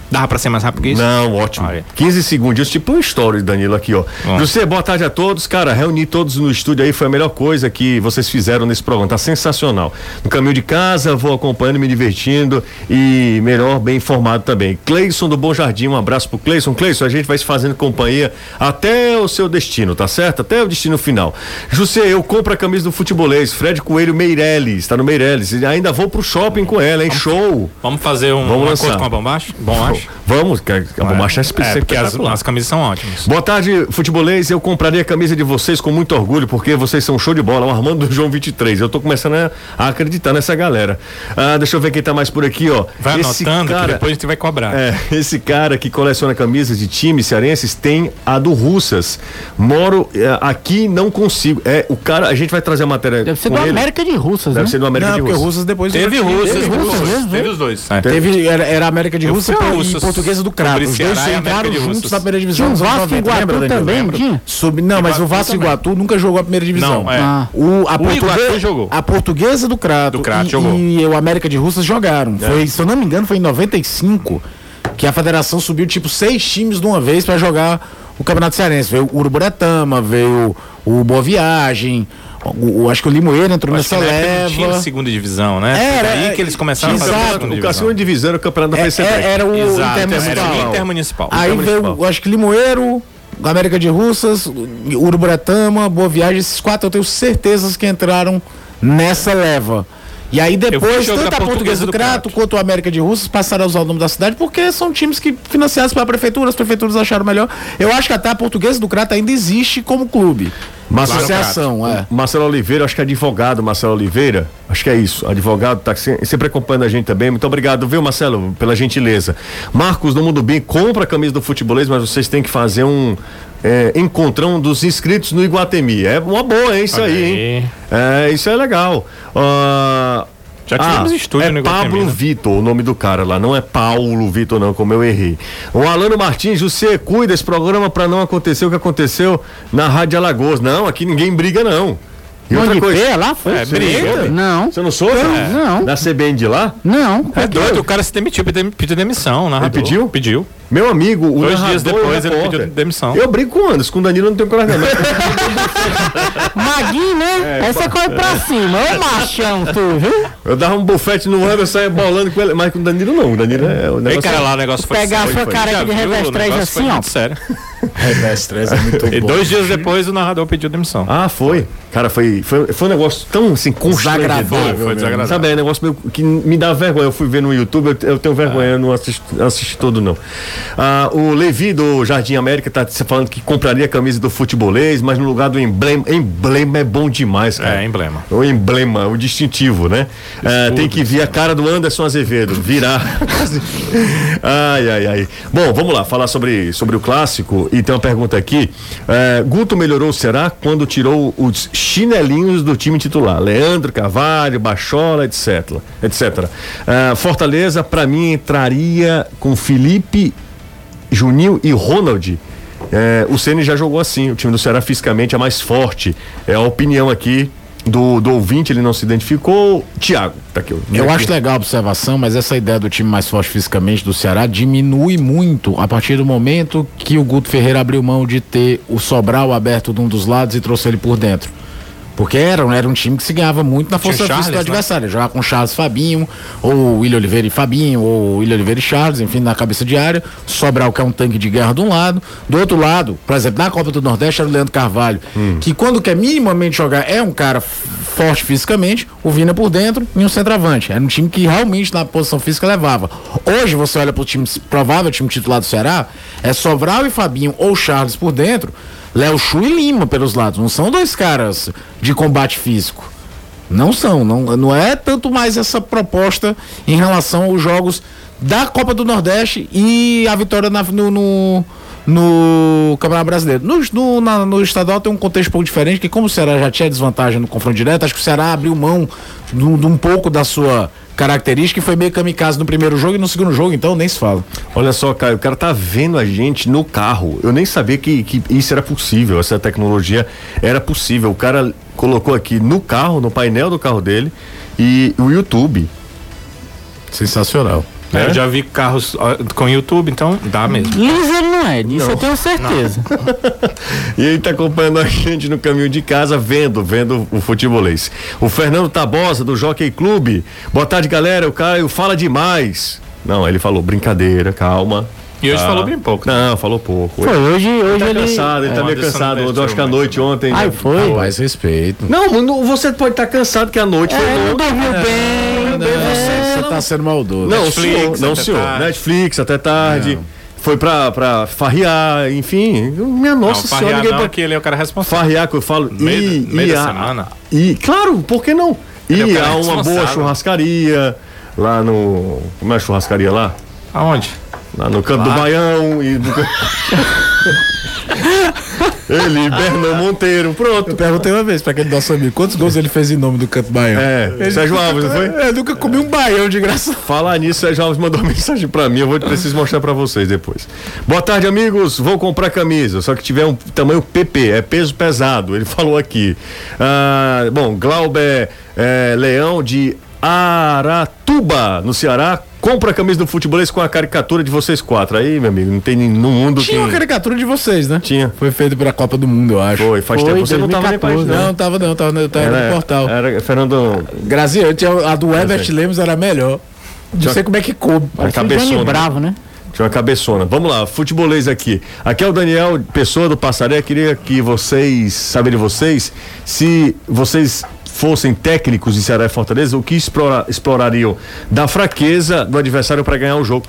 Speaker 4: Dava pra ser mais rápido que isso?
Speaker 2: Não, ótimo.
Speaker 4: Ah, é. Ah.
Speaker 2: 15 segundos, tipo um story, Danilo, aqui, ó.
Speaker 4: Bom.
Speaker 2: José, boa tarde a todos. Cara, reunir todos no estúdio aí foi a melhor coisa que vocês fizeram nesse programa. Tá sensacional. No caminho de casa, vou acompanhando, me divertindo e melhor, bem informado também. Cleison do Bom Jardim, um abraço pro Cleison. Cleison, a gente vai se fazendo companhia até o seu destino, tá certo? Até o destino final. José, eu compro a camisa do futebolês, Fred Coelho Meirelles, tá no Meirelles. E ainda vou pro shopping com ela, hein? Show!
Speaker 4: Vamos fazer um,
Speaker 2: Vamos
Speaker 4: uma
Speaker 2: lançar.
Speaker 4: coisa com a bombacha? Bom, acho. Bombacha.
Speaker 2: Vamos, que a a bombacha é
Speaker 4: É, porque as,
Speaker 2: espetacular.
Speaker 4: as camisas são ótimas.
Speaker 2: Boa tarde, futebolês. Eu comprarei a camisa de vocês com muito orgulho, porque vocês são show de bola. O Armando do João 23. Eu tô começando a- a acreditar nessa galera. Ah, deixa eu ver quem tá mais por aqui, ó.
Speaker 4: Vai
Speaker 2: Esse
Speaker 4: anotando que
Speaker 2: cara-
Speaker 4: depois a gente vai cobrar.
Speaker 2: É, esse cara que coleciona camisas de times cearenses tem a do Russas. Moro é, aqui e não consigo. É, o cara, a gente vai trazer a matéria.
Speaker 5: Deve ser
Speaker 2: com
Speaker 5: do
Speaker 2: ele.
Speaker 5: América de Russas,
Speaker 2: Deve
Speaker 5: né?
Speaker 2: ser do América
Speaker 3: Não,
Speaker 2: de
Speaker 3: porque
Speaker 2: Russas.
Speaker 3: Russas depois.
Speaker 4: Teve Russas,
Speaker 5: Teve
Speaker 4: teve os
Speaker 5: Russas
Speaker 4: dois.
Speaker 5: mesmo,
Speaker 4: Teve
Speaker 5: né?
Speaker 4: os dois.
Speaker 3: Teve, era, era América de
Speaker 4: É. Eu
Speaker 3: Russas
Speaker 4: fui a
Speaker 3: e
Speaker 4: Russas
Speaker 3: Portuguesa do Crato.
Speaker 4: sobre
Speaker 3: Os dois
Speaker 4: Ceará e América
Speaker 3: entraram
Speaker 4: de
Speaker 3: juntos
Speaker 4: Russas.
Speaker 3: na primeira divisão.
Speaker 5: Tinha um
Speaker 3: dos anos
Speaker 5: Vasco
Speaker 3: 90,
Speaker 5: e Iguatu
Speaker 3: lembra, Danilo?
Speaker 5: também,
Speaker 4: Lembro.
Speaker 5: tinha?
Speaker 3: Sub, não, mas o
Speaker 4: Iguatu
Speaker 3: Vasco e
Speaker 4: também.
Speaker 3: Iguatu nunca jogou a primeira divisão.
Speaker 4: Não, é.
Speaker 5: Ah.
Speaker 3: O, a, portugue-
Speaker 4: Iguatu jogou.
Speaker 3: a portuguesa do Crato,
Speaker 4: Do Crato
Speaker 3: e,
Speaker 4: jogou. É.
Speaker 3: e o América de Russas jogaram. Foi, se eu não me engano, foi em 95 que a federação subiu tipo seis times de uma vez pra jogar o Campeonato Cearense. Veio o Uruburetama, veio o Boa Viagem, o, o- acho que o Limoeiro entrou
Speaker 4: Acho que
Speaker 3: nessa
Speaker 4: na época não tinha
Speaker 3: leva.
Speaker 4: segunda divisão, né? Foi
Speaker 3: Era,
Speaker 4: daí que eles começaram a fazer a
Speaker 3: exato,
Speaker 4: segunda
Speaker 2: O
Speaker 4: divisão.
Speaker 2: Cassino divisão era o campeonato da
Speaker 3: É,
Speaker 2: PCB.
Speaker 3: é, era o
Speaker 4: Exato,
Speaker 3: Intermunicipal.
Speaker 4: era o Intermunicipal.
Speaker 3: Aí
Speaker 2: Municipal.
Speaker 3: veio, acho que Limoeiro, América de Russas, Uruburetama, Boa Viagem, esses quatro eu tenho certezas que entraram nessa leva. E aí
Speaker 4: fui
Speaker 3: depois,
Speaker 4: jogar
Speaker 3: tanto a Portuguesa do Crato quanto o América de Russas passaram a usar o nome da cidade, porque são times que financiados pela prefeitura, as prefeituras acharam melhor. Eu acho que até a Portuguesa do Crato ainda existe como clube. Uma
Speaker 2: Claro,
Speaker 3: associação, é.
Speaker 2: Marcelo Oliveira, acho que é advogado, Marcelo Oliveira. Acho que é isso. Advogado, tá se- sempre acompanhando a gente também. Muito obrigado, viu, Marcelo, pela gentileza. Marcos do Mundo Bem compra a camisa do futebolês, mas vocês têm que fazer um é, encontrão dos inscritos no Iguatemi. É uma boa, é isso
Speaker 4: Olha
Speaker 2: aí,
Speaker 4: aí.
Speaker 2: hein? É, isso é legal. Ah,
Speaker 4: Já tivemos estúdio
Speaker 2: é
Speaker 4: no Iguatemi,
Speaker 2: Pablo
Speaker 4: né?
Speaker 2: Vitor, o nome do cara lá, não é Paulo Vitor, não, como eu errei. O Alano Martins, você cuida esse programa pra não acontecer o que aconteceu na Rádio Alagoas. Não, aqui ninguém briga, não. E outra
Speaker 5: Onde
Speaker 2: coisa,
Speaker 5: pé lá foi?
Speaker 4: É, briga.
Speaker 5: Não,
Speaker 2: você não soube?
Speaker 5: Não.
Speaker 2: Da CBN de lá?
Speaker 5: não.
Speaker 4: É doido, o cara se demitiu, pedi- pediu demissão, né?
Speaker 2: pediu?
Speaker 4: Pediu.
Speaker 2: Meu amigo, o
Speaker 4: Dois
Speaker 2: narrador
Speaker 4: dias
Speaker 2: e o
Speaker 4: depois ele
Speaker 2: repórter.
Speaker 4: pediu demissão.
Speaker 2: Eu brigo com o Anderson, com o Danilo eu não tenho coragem, não. mas-
Speaker 5: Maguinho, né?
Speaker 3: É,
Speaker 5: Essa coisa pra cima. Ô machão,
Speaker 3: (laughs)
Speaker 5: tu, viu?
Speaker 2: Eu dava um bufete no Anderson, saia bolando com ele, mas com o Danilo não. O Danilo é o
Speaker 4: Ei,
Speaker 2: negócio.
Speaker 4: cara, lá o negócio foi
Speaker 5: Pegar a sua
Speaker 4: foi-
Speaker 5: careca
Speaker 4: Já
Speaker 5: de
Speaker 4: viu? O
Speaker 5: revestrez
Speaker 4: negócio foi
Speaker 5: assim, ó.
Speaker 4: muito Sério.
Speaker 3: Revestrez é muito
Speaker 4: (laughs) E dois dias depois o narrador pediu demissão.
Speaker 2: Ah, foi. Cara, foi, foi, foi um negócio tão assim,
Speaker 3: Desagradável.
Speaker 2: constrangedor.
Speaker 4: Foi, foi desagradável.
Speaker 2: Sabe, é um negócio meio que me dá vergonha. Eu fui ver no YouTube, eu, eu tenho vergonha, eu não assisto, assisto todo, não. Ah, o Levi do Jardim América tá se falando que compraria a camisa do futebolês, mas no lugar do emblema. Emblema é bom demais, cara.
Speaker 4: É, emblema.
Speaker 2: O emblema, o distintivo, né? Ah, tem que vir a cara do Anderson Azevedo, virar. ai, ai, ai. Bom, vamos lá, falar sobre, sobre o clássico. E tem uma pergunta aqui. Eh, Guto melhorou, será? Quando tirou os chinelinhos do time titular. Leandro Carvalho, Bachola, etc. etc. Ah, Fortaleza, pra mim, entraria com Felipe Juninho e Ronald. É, o Ceni já jogou assim, o time do Ceará fisicamente é mais forte. É a opinião aqui do, do ouvinte, ele não se identificou. Tiago, tá aqui.
Speaker 3: Eu acho legal a observação, mas essa ideia do time mais forte fisicamente do Ceará diminui muito a partir do momento que o Guto Ferreira abriu mão de ter o Sobral aberto de um dos lados e trouxe ele por dentro. Porque era, era um time que se ganhava muito na força
Speaker 4: Tinha Charles,
Speaker 3: física do
Speaker 4: né?
Speaker 3: adversário. Jogava com Charles e Fabinho, ou William Oliveira e Fabinho, ou William Oliveira e Charles, enfim, na cabeça de área. Sobral, que é um tanque de guerra de um lado. Do outro lado, por exemplo, na Copa do Nordeste era o Leandro Carvalho, que quando quer minimamente jogar é um cara f- forte fisicamente, o Vina por dentro e um centroavante. Era um time que realmente na posição física levava. Hoje você olha pro time provável, time titular do Ceará, é Sobral e Fabinho ou Charles por dentro, Léo Chu e Lima pelos lados. Não são dois caras de combate físico. Não são, não, não é tanto mais essa proposta em relação aos jogos da Copa do Nordeste e a vitória na- no, no, no Campeonato Brasileiro. No, no, na- no estadual tem um contexto um pouco diferente, que como o Ceará já tinha desvantagem no confronto direto, acho que o Ceará abriu mão de um de um pouco da sua característica e foi meio kamikaze no primeiro jogo e no segundo jogo, então nem se fala.
Speaker 2: Olha só, Caio, o cara tá vendo a gente no carro. Eu nem sabia que, que isso era possível, essa tecnologia era possível. O cara colocou aqui no carro, no painel do carro dele, e o YouTube.
Speaker 3: Sensacional.
Speaker 4: É, Eu já vi carros ó, com YouTube, então dá mesmo.
Speaker 5: Liso ele não é, disso eu tenho certeza.
Speaker 2: E ele tá acompanhando a gente no caminho de casa, vendo, vendo o futebolês. O Fernando Tabosa, do Jockey Clube. Boa tarde, galera. O Caio fala demais. Não, ele falou, brincadeira, calma.
Speaker 4: E hoje
Speaker 2: Tá.
Speaker 4: falou bem pouco. né?
Speaker 2: Não, falou pouco.
Speaker 5: Foi, hoje, hoje
Speaker 2: Tá
Speaker 5: ele.
Speaker 2: cansado, ele
Speaker 4: É,
Speaker 2: tá
Speaker 4: o
Speaker 2: meio
Speaker 4: Anderson
Speaker 2: cansado.
Speaker 4: não
Speaker 2: Eu acho que a
Speaker 4: deixou
Speaker 2: noite ontem.
Speaker 5: Ai,
Speaker 2: né?
Speaker 5: foi.
Speaker 3: Mais respeito.
Speaker 2: Não, não, você pode estar cansado que a noite
Speaker 5: É,
Speaker 2: foi É.
Speaker 5: não
Speaker 2: longa.
Speaker 5: dormiu bem.
Speaker 3: Não, você, você tá sendo maldoso.
Speaker 2: Não,
Speaker 4: Netflix,
Speaker 2: senhor, não,
Speaker 4: até
Speaker 2: senhor.
Speaker 4: tarde.
Speaker 2: Netflix até tarde. Foi pra, pra farrear, enfim. Minha nossa
Speaker 4: não,
Speaker 2: senhora,
Speaker 4: farrear
Speaker 2: ninguém
Speaker 4: não,
Speaker 2: pode.
Speaker 4: que ele é o cara responsável.
Speaker 2: Farrear que eu falo.
Speaker 4: Meio
Speaker 2: e,
Speaker 4: da- meio
Speaker 2: e
Speaker 4: da
Speaker 2: a-
Speaker 4: semana.
Speaker 2: E, ah, claro, por que não?
Speaker 4: Ele é o
Speaker 2: E
Speaker 4: cara
Speaker 2: há uma boa
Speaker 4: responsável.
Speaker 2: churrascaria lá no. Como é a churrascaria lá?
Speaker 4: Aonde?
Speaker 2: Lá no canto do Baião e do... (laughs) Ele, Bernão Monteiro, pronto.
Speaker 3: Eu perguntei uma vez pra aquele nosso amigo quantos gols ele fez em nome do Canto Baiano.
Speaker 2: É, Sérgio Alves, não foi?
Speaker 3: É, nunca comi um baião de graça.
Speaker 2: Falar nisso, Sérgio Alves mandou (laughs) mensagem pra mim, eu vou preciso mostrar pra vocês depois. Boa tarde, amigos. Vou comprar camisa, só que tiver um tamanho PP, é peso pesado, ele (laughs) falou aqui. Ah, bom, Glauber eh, Leão de Aratuba, no Ceará, compra a camisa do futebolês com a caricatura de vocês quatro. Aí, meu amigo, não tem nem- no mundo
Speaker 3: Tinha uma
Speaker 2: quem...
Speaker 3: caricatura de vocês, né?
Speaker 2: Tinha.
Speaker 3: Foi feito pela Copa do Mundo, eu acho.
Speaker 2: Foi, faz
Speaker 5: Foi,
Speaker 2: tempo. Você não tava nem pra isso,
Speaker 5: 2014,
Speaker 2: não.
Speaker 3: Não, tava não, tava, no- tava no né? portal.
Speaker 2: Era é. Fernando.
Speaker 3: Graziano, tinha- a do Everett
Speaker 2: sei.
Speaker 3: Lemos era melhor. Não
Speaker 2: assim. Tinha-
Speaker 3: sei como é que coube.
Speaker 2: Era
Speaker 5: um Johnny
Speaker 2: cabeçona. né?
Speaker 5: Bravo, né?
Speaker 2: Tinha uma cabeçona. Vamos lá, futebolês aqui. Aqui é o Daniel Pessoa do Passaré. Queria que vocês, saber de vocês, se vocês fossem técnicos em Ceará e Fortaleza, o que explora- explorariam da fraqueza do adversário para ganhar o jogo.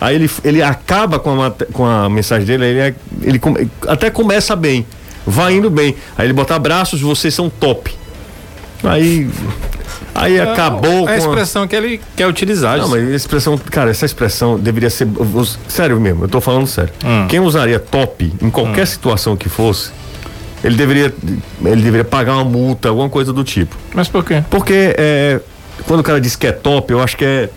Speaker 2: Aí ele, ele acaba com a, mate- com a mensagem dele, ele, é- ele come- até começa bem, vai indo bem. Aí ele bota abraços, vocês são top. Aí, aí acabou
Speaker 4: É a
Speaker 2: com a-
Speaker 4: expressão que ele quer utilizar.
Speaker 2: não, mas a expressão, cara, essa expressão deveria ser. os- Sério mesmo, eu tô falando sério.
Speaker 4: Hum.
Speaker 2: Quem usaria top em qualquer situação que fosse, ele deveria, ele deveria pagar uma multa, alguma coisa do tipo.
Speaker 4: Mas por quê?
Speaker 2: Porque é, quando o cara diz que é top, eu acho que é,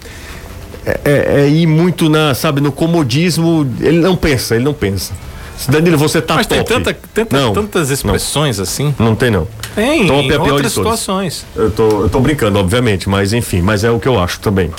Speaker 2: é- é, é ir muito na, sabe, no comodismo. Ele não pensa, ele não pensa. Se Danilo, você tá
Speaker 4: Mas
Speaker 2: top.
Speaker 4: tem tanta, tanta-
Speaker 2: não,
Speaker 4: tantas expressões assim.
Speaker 2: não tem não.
Speaker 4: Tem,
Speaker 2: Top é a
Speaker 4: em
Speaker 2: pior de
Speaker 4: outras
Speaker 2: todas.
Speaker 4: situações.
Speaker 2: Eu tô, eu tô brincando, obviamente, mas enfim, mas é o que eu acho também.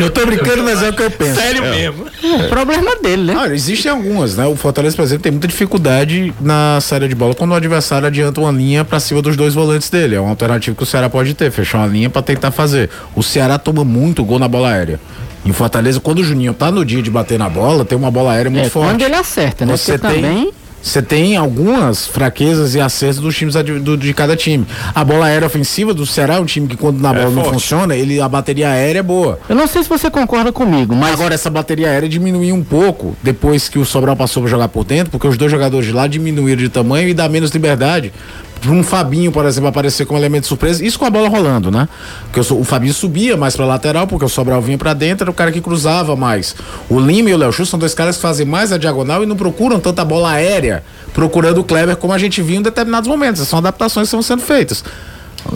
Speaker 3: Eu tô brincando, mas é o que eu penso.
Speaker 4: Sério mesmo.
Speaker 5: É. Problema dele, né?
Speaker 3: Ah, existem algumas, né? O Fortaleza, por exemplo, tem muita dificuldade na saída de bola quando o adversário adianta uma linha pra cima dos dois volantes dele. É uma alternativa que o Ceará pode ter, fechar uma linha pra tentar fazer. O Ceará toma muito gol na bola aérea. E o Fortaleza, quando o Juninho tá no dia de bater na bola, tem uma bola aérea muito
Speaker 5: É,
Speaker 3: forte.
Speaker 5: quando ele acerta, né?
Speaker 3: Você
Speaker 5: Porque
Speaker 3: tem,
Speaker 5: também.
Speaker 3: você tem algumas fraquezas e acertos dos times adi- do- de cada time. A bola aérea ofensiva do Ceará é um time que quando na bola não
Speaker 2: forte.
Speaker 3: funciona, ele a bateria aérea é boa.
Speaker 5: Eu não sei se você concorda comigo, mas.
Speaker 3: Agora essa bateria aérea diminuiu um pouco depois que o Sobral passou pra jogar por dentro, porque os dois jogadores de lá diminuíram de tamanho e dá menos liberdade para um Fabinho, por exemplo, aparecer como elemento de surpresa. Isso com a bola rolando, né? Porque o so- o Fabinho subia mais pra lateral, porque o Sobral vinha pra dentro, era o cara que cruzava mais. O Lima e o Léo Chu são dois caras que fazem mais a diagonal e não procuram tanta bola aérea, procurando o Kleber como a gente viu em determinados momentos. São adaptações que estão sendo feitas.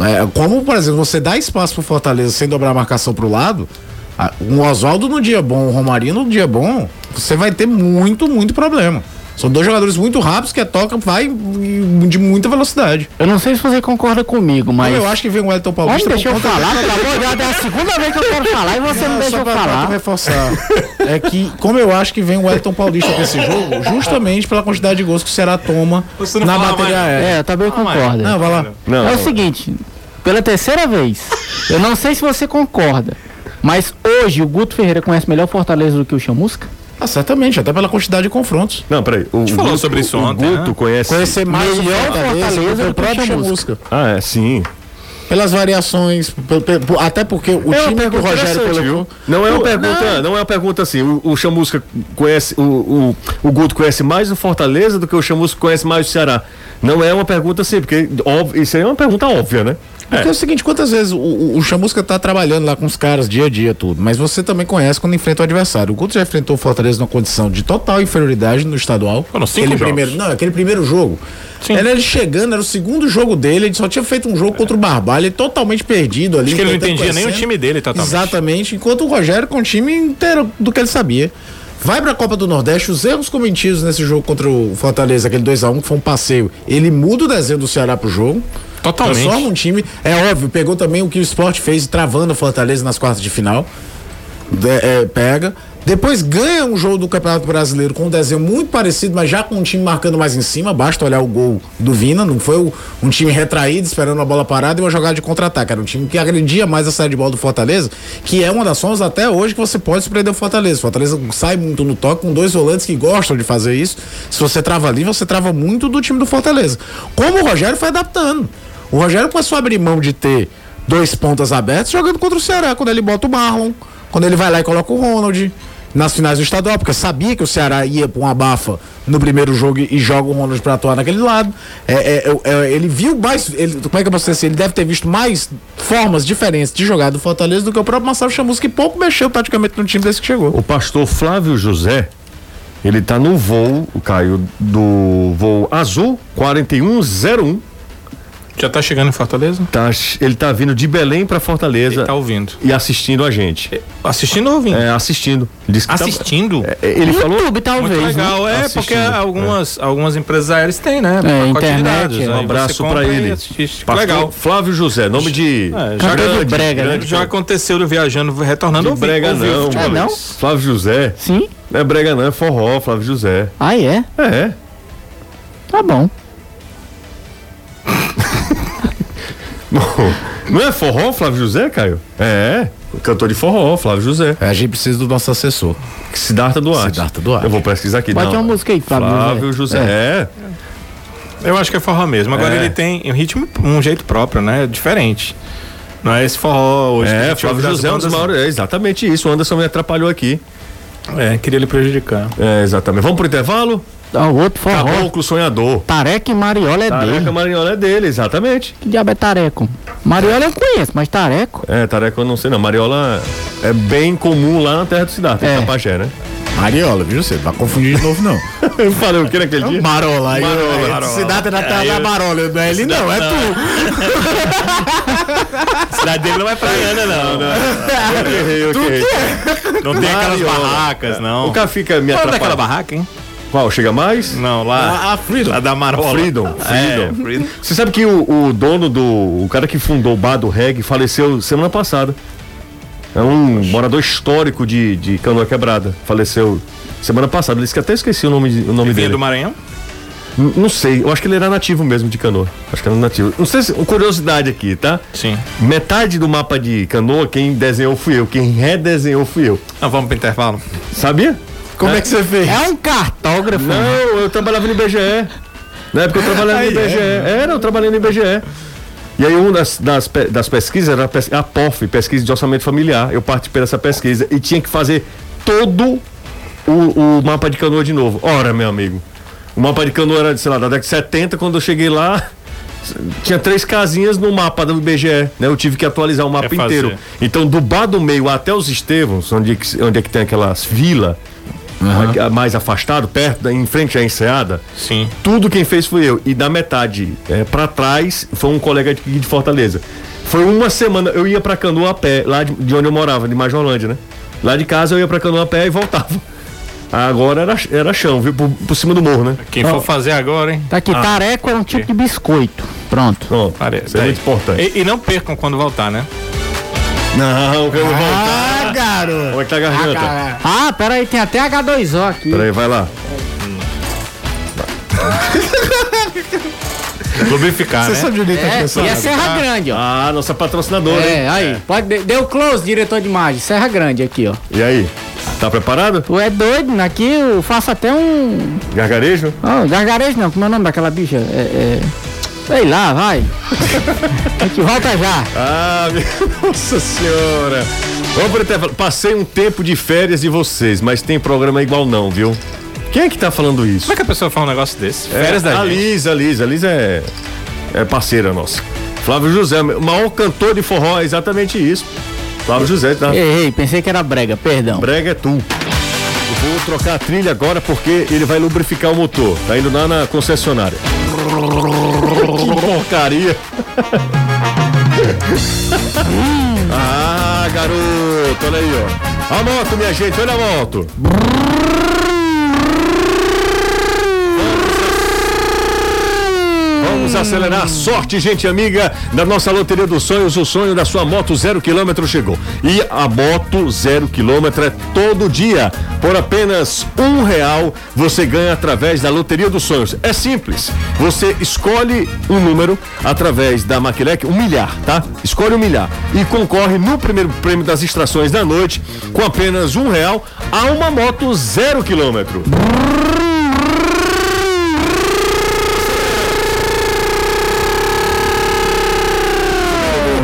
Speaker 3: É, como, por exemplo, você dá espaço pro Fortaleza sem dobrar a marcação pro lado, ah, O Oswaldo no dia bom, o Romarinho no dia bom, você vai ter muito, muito problema. São dois jogadores muito rápidos que a toca vai e de muita velocidade.
Speaker 5: Eu não sei se você concorda comigo, mas.
Speaker 3: Eu acho que vem o Elton
Speaker 5: Homem,
Speaker 3: Paulista.
Speaker 5: deixa eu falar, pelo amor de Deus, é a segunda vez que eu quero falar e você não,
Speaker 3: Não,
Speaker 5: deixa
Speaker 3: só
Speaker 5: eu
Speaker 3: pra, pra
Speaker 5: falar.
Speaker 3: tu reforçar. É que, como eu acho que vem o Elton Paulista pra esse jogo, justamente pela quantidade de gols que o Ceará toma
Speaker 4: Você não
Speaker 3: na
Speaker 4: fala
Speaker 3: bateria
Speaker 4: mais.
Speaker 3: aérea.
Speaker 5: É, eu também
Speaker 4: mas-
Speaker 5: concordo.
Speaker 3: Não, vai lá.
Speaker 2: Não,
Speaker 5: é o seguinte, pela terceira vez, eu não sei se você concorda, mas hoje o Guto Ferreira conhece melhor Fortaleza do que o Chamusca?
Speaker 3: Ah, certamente, até pela quantidade de confrontos.
Speaker 2: Não, peraí. O, a
Speaker 4: gente falou sobre isso
Speaker 2: o,
Speaker 4: ontem,
Speaker 2: Guto
Speaker 4: né?
Speaker 2: conhece.
Speaker 3: mais
Speaker 5: o Fortaleza do que o Chamusca.
Speaker 2: Ah, é, sim.
Speaker 3: Pelas variações, pe- pe- po- até porque o
Speaker 2: É uma
Speaker 3: time do
Speaker 2: pergunta
Speaker 3: Rogério
Speaker 2: interessante,
Speaker 3: colocou.
Speaker 2: viu? Não é uma pergunta, não. é uma pergunta assim. O, o Chamusca conhece, o, o, o Guto conhece mais o Fortaleza do que o Chamusca conhece mais o Ceará. Não é uma pergunta assim, porque óbvio, isso aí é uma pergunta óbvia, né?
Speaker 3: Porque é o seguinte, quantas vezes o, o, o Chamusca tá trabalhando lá com os caras dia a dia, tudo, mas você também conhece quando enfrenta o adversário. O Guto já enfrentou o Fortaleza numa condição de total inferioridade no estadual.
Speaker 4: Foram cinco
Speaker 3: aquele
Speaker 4: jogos.
Speaker 3: primeiro, Não, aquele primeiro jogo. Era ele chegando, era o segundo jogo dele, ele só tinha feito um jogo contra o Barbalha, ele totalmente perdido ali.
Speaker 4: Acho que ele não
Speaker 3: tentando
Speaker 4: entendia nem o
Speaker 3: conhecendo.
Speaker 4: time dele totalmente.
Speaker 3: Exatamente, enquanto o Rogério com o time inteiro do que ele sabia. Vai pra Copa do Nordeste, os erros cometidos nesse jogo contra o Fortaleza, aquele 2x1, que foi um passeio. Ele muda o desenho do Ceará pro jogo.
Speaker 4: Totalmente.
Speaker 3: Transforma um time. É óbvio, pegou também o que o esporte fez travando o Fortaleza nas quartas de final. De- é, pega. Depois ganha um jogo do Campeonato Brasileiro com um desenho muito parecido, mas já com um time marcando mais em cima. Basta olhar o gol do Vina. Não foi o- um time retraído, esperando a bola parada e uma jogada de contra-ataque. Era um time que agredia mais a saída de bola do Fortaleza, que é uma das formas até hoje que você pode surpreender o Fortaleza. O Fortaleza sai muito no toque com dois volantes que gostam de fazer isso. Se você trava ali, você trava muito do time do Fortaleza. Como o Rogério foi adaptando. O Rogério começou a abrir mão de ter dois pontas abertos jogando contra o Ceará, quando ele bota o Marlon, quando ele vai lá e coloca o Ronald nas finais do estadual, porque sabia que o Ceará ia pra uma bafa no primeiro jogo e e joga o Ronald pra atuar naquele lado. É, é, é, é, ele viu mais, ele, como é que eu posso dizer assim, ele deve ter visto mais formas diferentes de jogar do Fortaleza do que o próprio Marcelo Chamus, que pouco mexeu praticamente no time desse que chegou.
Speaker 2: O pastor Flávio José, ele tá no voo, Caio, do voo azul 4101.
Speaker 4: Já tá chegando em Fortaleza?
Speaker 2: Tá, ele tá vindo de Belém pra Fortaleza
Speaker 4: Ele tá ouvindo.
Speaker 2: e assistindo a gente.
Speaker 4: Assistindo ou ouvindo?
Speaker 2: É, assistindo. Ele disse que tá-
Speaker 4: Assistindo?
Speaker 2: É, ele falou.
Speaker 5: YouTube, talvez.
Speaker 4: Muito legal,
Speaker 2: né?
Speaker 4: é,
Speaker 2: Assistindo,
Speaker 4: porque
Speaker 2: é.
Speaker 4: algumas, algumas empresas aéreas têm, né? pacote
Speaker 5: internet, é.
Speaker 4: aí
Speaker 2: Um
Speaker 4: você
Speaker 2: abraço
Speaker 4: compra
Speaker 2: pra
Speaker 4: e
Speaker 2: ele.
Speaker 4: assiste.
Speaker 2: Pastor
Speaker 4: Legal.
Speaker 2: Flávio José, nome de.
Speaker 4: É,
Speaker 5: Cantor de
Speaker 2: grande,
Speaker 5: brega, né?
Speaker 2: grande,
Speaker 4: Já aconteceu do viajando, retornando
Speaker 2: Não
Speaker 4: ao
Speaker 2: brega não,
Speaker 5: É, não?
Speaker 2: Flávio José.
Speaker 5: Sim?
Speaker 2: Não é brega não, é forró, Flávio José.
Speaker 5: Ah, é?
Speaker 2: É.
Speaker 5: Tá bom.
Speaker 2: Não é forró, Flávio José, Caio? É. Cantor de forró, Flávio José.
Speaker 3: É, A gente precisa do nosso assessor.
Speaker 2: Sidarta Duarte.
Speaker 3: Siddhartha Duarte.
Speaker 2: Eu vou pesquisar aqui.
Speaker 5: Bote
Speaker 2: não.
Speaker 5: uma música aí, Flávio José.
Speaker 2: Flávio José. É.
Speaker 4: Eu acho que é forró mesmo. Agora
Speaker 2: É.
Speaker 4: ele tem um ritmo, um jeito próprio, né? Diferente. Não é esse forró hoje. que a
Speaker 2: É,
Speaker 4: gente ouve
Speaker 2: Flávio
Speaker 4: das
Speaker 2: José é um dos
Speaker 4: bandas-
Speaker 2: maiores. É exatamente isso. O Anderson me atrapalhou aqui.
Speaker 4: É, queria lhe prejudicar.
Speaker 2: É, exatamente. Vamos pro intervalo?
Speaker 5: Ah, o outro forró.
Speaker 2: Caboclo Sonhador.
Speaker 5: Tareco e Mariola é
Speaker 2: Tareca
Speaker 5: dele.
Speaker 2: Marinhola é dele, exatamente.
Speaker 5: Que diabo é Tareco? Mariola eu conheço, mas Tareco.
Speaker 2: É, Tareca eu não sei não. Mariola é bem comum lá na terra do Sidarta,
Speaker 5: É.
Speaker 2: em Tapajé, né? (laughs)
Speaker 3: Mariola, viu? Você não vai confundir de novo, não.
Speaker 2: Eu falei o que naquele dia?
Speaker 3: (laughs) Marola, é,
Speaker 2: Marola.
Speaker 3: Marola. Cidade da Tela Marola, não é ele não, é tu.
Speaker 4: Cidade dele não é praiana, não. né?
Speaker 2: Eu errei, eu errei.
Speaker 4: Não tem aquelas
Speaker 2: Mariola.
Speaker 4: barracas, não.
Speaker 2: O cara é fica me
Speaker 4: Lembra daquela
Speaker 2: atrapalhando.
Speaker 4: barraca, hein?
Speaker 2: Qual? Chega mais?
Speaker 4: Não, lá.
Speaker 3: A Frida.
Speaker 4: lá da Marola.
Speaker 2: Freedom,
Speaker 4: É,
Speaker 2: Freedom. Você sabe que o, o dono do. O cara que fundou o bar do reggae faleceu semana passada. É um morador histórico de, de Canoa Quebrada. Faleceu semana passada. Ele disse que até esqueci o nome, de- o nome
Speaker 4: Vinha
Speaker 2: dele.
Speaker 4: do Maranhão?
Speaker 2: N- Não sei, eu acho que ele era nativo mesmo de Canoa. Acho que era nativo. Não sei se. Curiosidade aqui, tá?
Speaker 4: Sim.
Speaker 2: Metade do mapa de Canoa, quem desenhou fui eu. Quem redesenhou fui eu.
Speaker 4: Ah, vamos pro intervalo.
Speaker 2: Sabia?
Speaker 3: Como é que você fez?
Speaker 5: É um cartógrafo.
Speaker 2: Não, eu trabalhava no IBGE. Na época eu trabalhava no IBGE. Era, eu trabalhei no IBGE. E aí uma das, das, pe- das pesquisas era a, pes- a POF, pesquisa de orçamento familiar. Eu participei dessa pesquisa e tinha que fazer todo o, o mapa de canoa de novo. Ora, meu amigo. O mapa de canoa era, sei lá, da década de 70, quando eu cheguei lá. Tinha três casinhas no mapa do IBGE, né? Eu tive que atualizar o mapa
Speaker 4: fazer.
Speaker 2: inteiro. Então, do bar do meio até os Estevãos, onde, é que- onde é que tem aquelas vila a- mais afastado, perto, da- em frente à enseada,
Speaker 4: Sim.
Speaker 2: tudo quem fez foi eu. E da metade é, para trás foi um colega de, de Fortaleza. Foi uma semana, eu ia pra Canoa a pé, lá de, de onde eu morava, de Majorlândia, né? Lá de casa eu ia pra Canoa a pé e voltava. (laughs) Agora era, era chão, viu? Por, por cima do morro, né?
Speaker 4: Quem for fazer agora, hein?
Speaker 5: Tá aqui,
Speaker 2: Ah.
Speaker 5: Tareco é um tipo de biscoito. Pronto.
Speaker 2: Pronto,
Speaker 4: Parece.
Speaker 2: isso é muito importante.
Speaker 4: E, e não percam quando voltar, né?
Speaker 2: Não, que eu vou voltar.
Speaker 3: Ah, garoto.
Speaker 2: Como é que tá a garganta?
Speaker 5: Ah, peraí, tem até H2O aqui.
Speaker 2: Peraí, vai lá.
Speaker 4: Lubrificar,
Speaker 3: Você
Speaker 4: né?
Speaker 3: sabe direito
Speaker 5: É,
Speaker 3: a
Speaker 5: e é Serra Grande, ó.
Speaker 2: Ah, nossa patrocinadora, hein?
Speaker 5: É, aí. Pode, de- deu close, diretor de imagem. Serra Grande aqui, ó.
Speaker 2: E aí? Tá preparado?
Speaker 5: Tu é doido, né? aqui eu faço até um.
Speaker 2: Gargarejo?
Speaker 5: Oh, gargarejo não, como é o nome daquela bicha? É. é- Sei lá, (laughs) vai. A gente volta já.
Speaker 2: Ah, minha (laughs) nossa senhora. Vamos pro intervalo. Passei um tempo de férias de vocês, mas tem programa igual não, viu? Quem é que tá falando isso?
Speaker 4: Como é que a pessoa fala um negócio desse? Férias
Speaker 2: é,
Speaker 4: da
Speaker 2: a
Speaker 4: gente.
Speaker 2: Lisa, a Lisa, a Lisa é, é parceira nossa. Flávio José, o maior cantor de forró, é exatamente isso. Flávio José, tá?
Speaker 5: Errei, pensei que era brega, perdão.
Speaker 2: Brega é tu. Eu vou trocar a trilha agora porque ele vai lubrificar o motor. Tá indo lá na concessionária. que porcaria. (laughs) ah, garoto, olha aí, ó. A moto, minha gente, olha a moto. Vamos acelerar. Sorte, gente amiga, da nossa loteria dos sonhos. O sonho da sua moto zero quilômetro chegou. E a moto zero quilômetro é todo dia. Por apenas um real, você ganha através da loteria dos sonhos. É simples. Você escolhe um número através da Maquilec, um milhar, tá? Escolhe um milhar e concorre no primeiro prêmio das extrações da noite com apenas um real a uma moto zero quilômetro.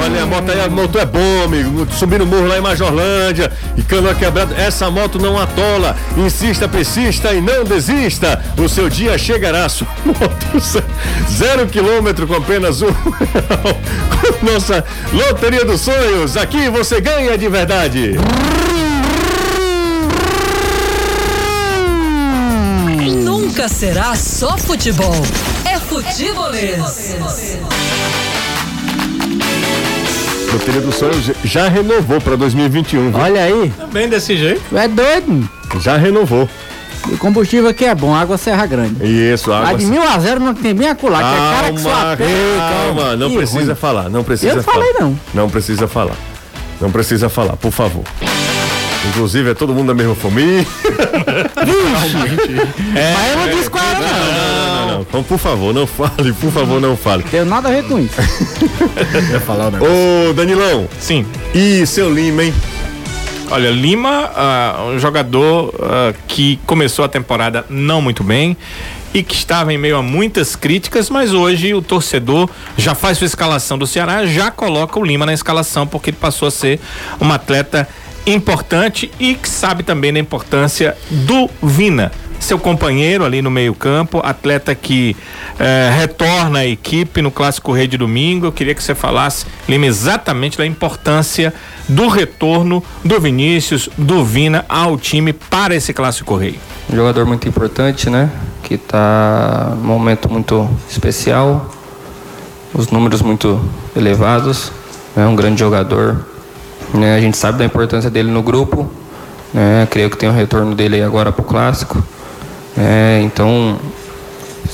Speaker 2: Olha, a moto aí, a moto é bom, amigo. Subindo o morro lá em Majorlândia, e canoa quebrada. Essa moto não atola. Insista, persista e não desista. O seu dia chegará. Sua Moto (laughs) ze- zero quilômetro com apenas um. Com Nossa Loteria dos Sonhos. Aqui você ganha de verdade.
Speaker 1: Nunca será só futebol. É futebolês.
Speaker 2: Loteria dos Sonhos já renovou para 2021. viu?
Speaker 5: Olha aí,
Speaker 4: Bem desse jeito.
Speaker 5: é doido.
Speaker 2: um, Já renovou.
Speaker 5: O combustível aqui é bom, água Serra Grande.
Speaker 2: Isso,
Speaker 5: A
Speaker 2: água.
Speaker 5: de mil a zero não tem bem a colar, que é cara que só
Speaker 2: Calma,
Speaker 5: apega,
Speaker 2: calma, não
Speaker 5: Ih,
Speaker 2: precisa
Speaker 5: ruim.
Speaker 2: falar, não precisa
Speaker 5: Eu não falei,
Speaker 2: falar.
Speaker 5: não.
Speaker 2: Não precisa falar. Não precisa falar, por favor. Inclusive, é todo mundo da mesma família.
Speaker 5: Mas eu não disse qual era, não.
Speaker 2: Não, não, não. Então, por favor, não fale, por favor, não fale.
Speaker 5: Tem nada a ver com isso.
Speaker 3: Quer falar o negócio?
Speaker 2: Ô, Danilão,
Speaker 4: Sim.
Speaker 2: e seu Lima, hein?
Speaker 4: Olha, Lima, ah, um jogador ah, que começou a temporada não muito bem e que estava em meio a muitas críticas, mas hoje o torcedor já faz sua escalação do Ceará, já coloca o Lima na escalação, porque ele passou a ser um atleta importante e que sabe também da importância do Vina, seu companheiro ali no meio-campo, atleta que eh, retorna à equipe no Clássico Rei de domingo. Eu queria que você falasse, Lima, exatamente da importância do retorno do Vinícius, do Vina ao time para esse Clássico Rei.
Speaker 7: Um jogador muito importante, né? Que tá num momento muito especial, os números muito elevados, né? Um grande jogador, né? A gente sabe da importância dele no grupo, né? Creio que tem o retorno dele aí agora pro clássico, né? Então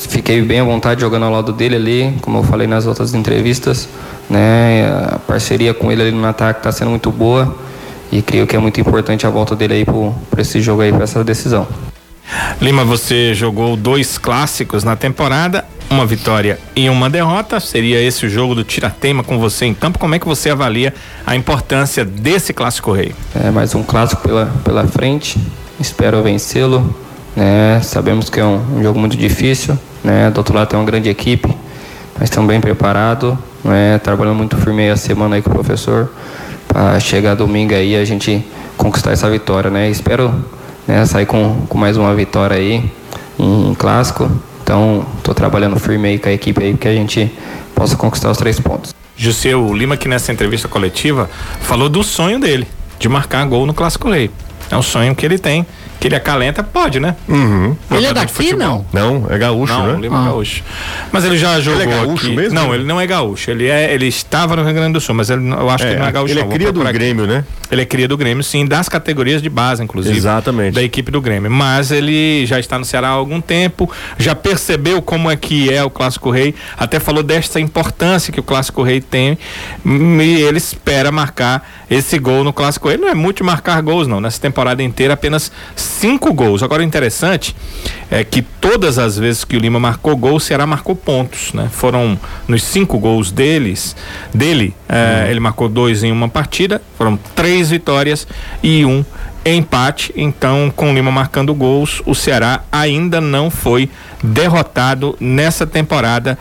Speaker 7: fiquei bem à vontade jogando ao lado dele ali, como eu falei nas outras entrevistas, né? A parceria com ele ali no ataque está sendo muito boa e creio que é muito importante a volta dele aí pro, pra esse jogo aí, pra essa decisão.
Speaker 4: Lima, você jogou dois clássicos na temporada, uma vitória e uma derrota. Seria esse o jogo do Tiratema com você em campo. Como é que você avalia a importância desse Clássico Rei?
Speaker 7: É mais um clássico pela, pela frente. Espero vencê-lo. né? Sabemos que é um, um jogo muito difícil. né? Do outro lado tem uma grande equipe. Mas estamos bem preparados. né? Trabalhando muito firme aí a semana aí com o professor. Para chegar domingo aí a gente conquistar essa vitória. Né? Espero né, sair com, com mais uma vitória aí em, em clássico. Então estou trabalhando firme aí com a equipe aí que a gente possa conquistar os três pontos.
Speaker 4: Juseu Lima, que nessa entrevista coletiva falou do sonho dele, de marcar gol no Clássico Rei. É um sonho que ele tem, que ele acalenta, pode, né?
Speaker 2: Uhum.
Speaker 5: Ele é
Speaker 4: Jogador de
Speaker 5: daqui,
Speaker 4: futebol.
Speaker 5: não?
Speaker 2: Não, é gaúcho,
Speaker 4: Não, o
Speaker 2: né?
Speaker 4: Lima é gaúcho. Mas ele já jogou
Speaker 2: é gaúcho
Speaker 4: aqui.
Speaker 2: mesmo? né?
Speaker 4: Não, ele não é gaúcho. Ele, é, ele estava no Rio Grande do Sul, mas ele, não- eu acho que ele não é gaúcho.
Speaker 2: ele
Speaker 4: não.
Speaker 2: é
Speaker 4: Vou
Speaker 2: cria do
Speaker 4: procurar aqui.
Speaker 2: Grêmio, né?
Speaker 4: Ele é cria do Grêmio, sim, das categorias de base, inclusive.
Speaker 2: Exatamente.
Speaker 4: Da equipe do Grêmio. Mas ele já está no Ceará há algum tempo, já percebeu como é que é o Clássico Rei, até falou desta importância que o Clássico Rei tem. hum, E ele espera marcar esse gol no Clássico Rei. Não é muito marcar gols, não. Nessa temporada inteira, apenas cinco gols. Agora, o interessante é que todas as vezes que o Lima marcou gol, o Ceará marcou pontos, né? Foram nos cinco gols deles, dele, eh, ele marcou dois em uma partida, foram três vitórias e um empate. Então, com o Lima marcando gols, o Ceará ainda não foi derrotado nessa temporada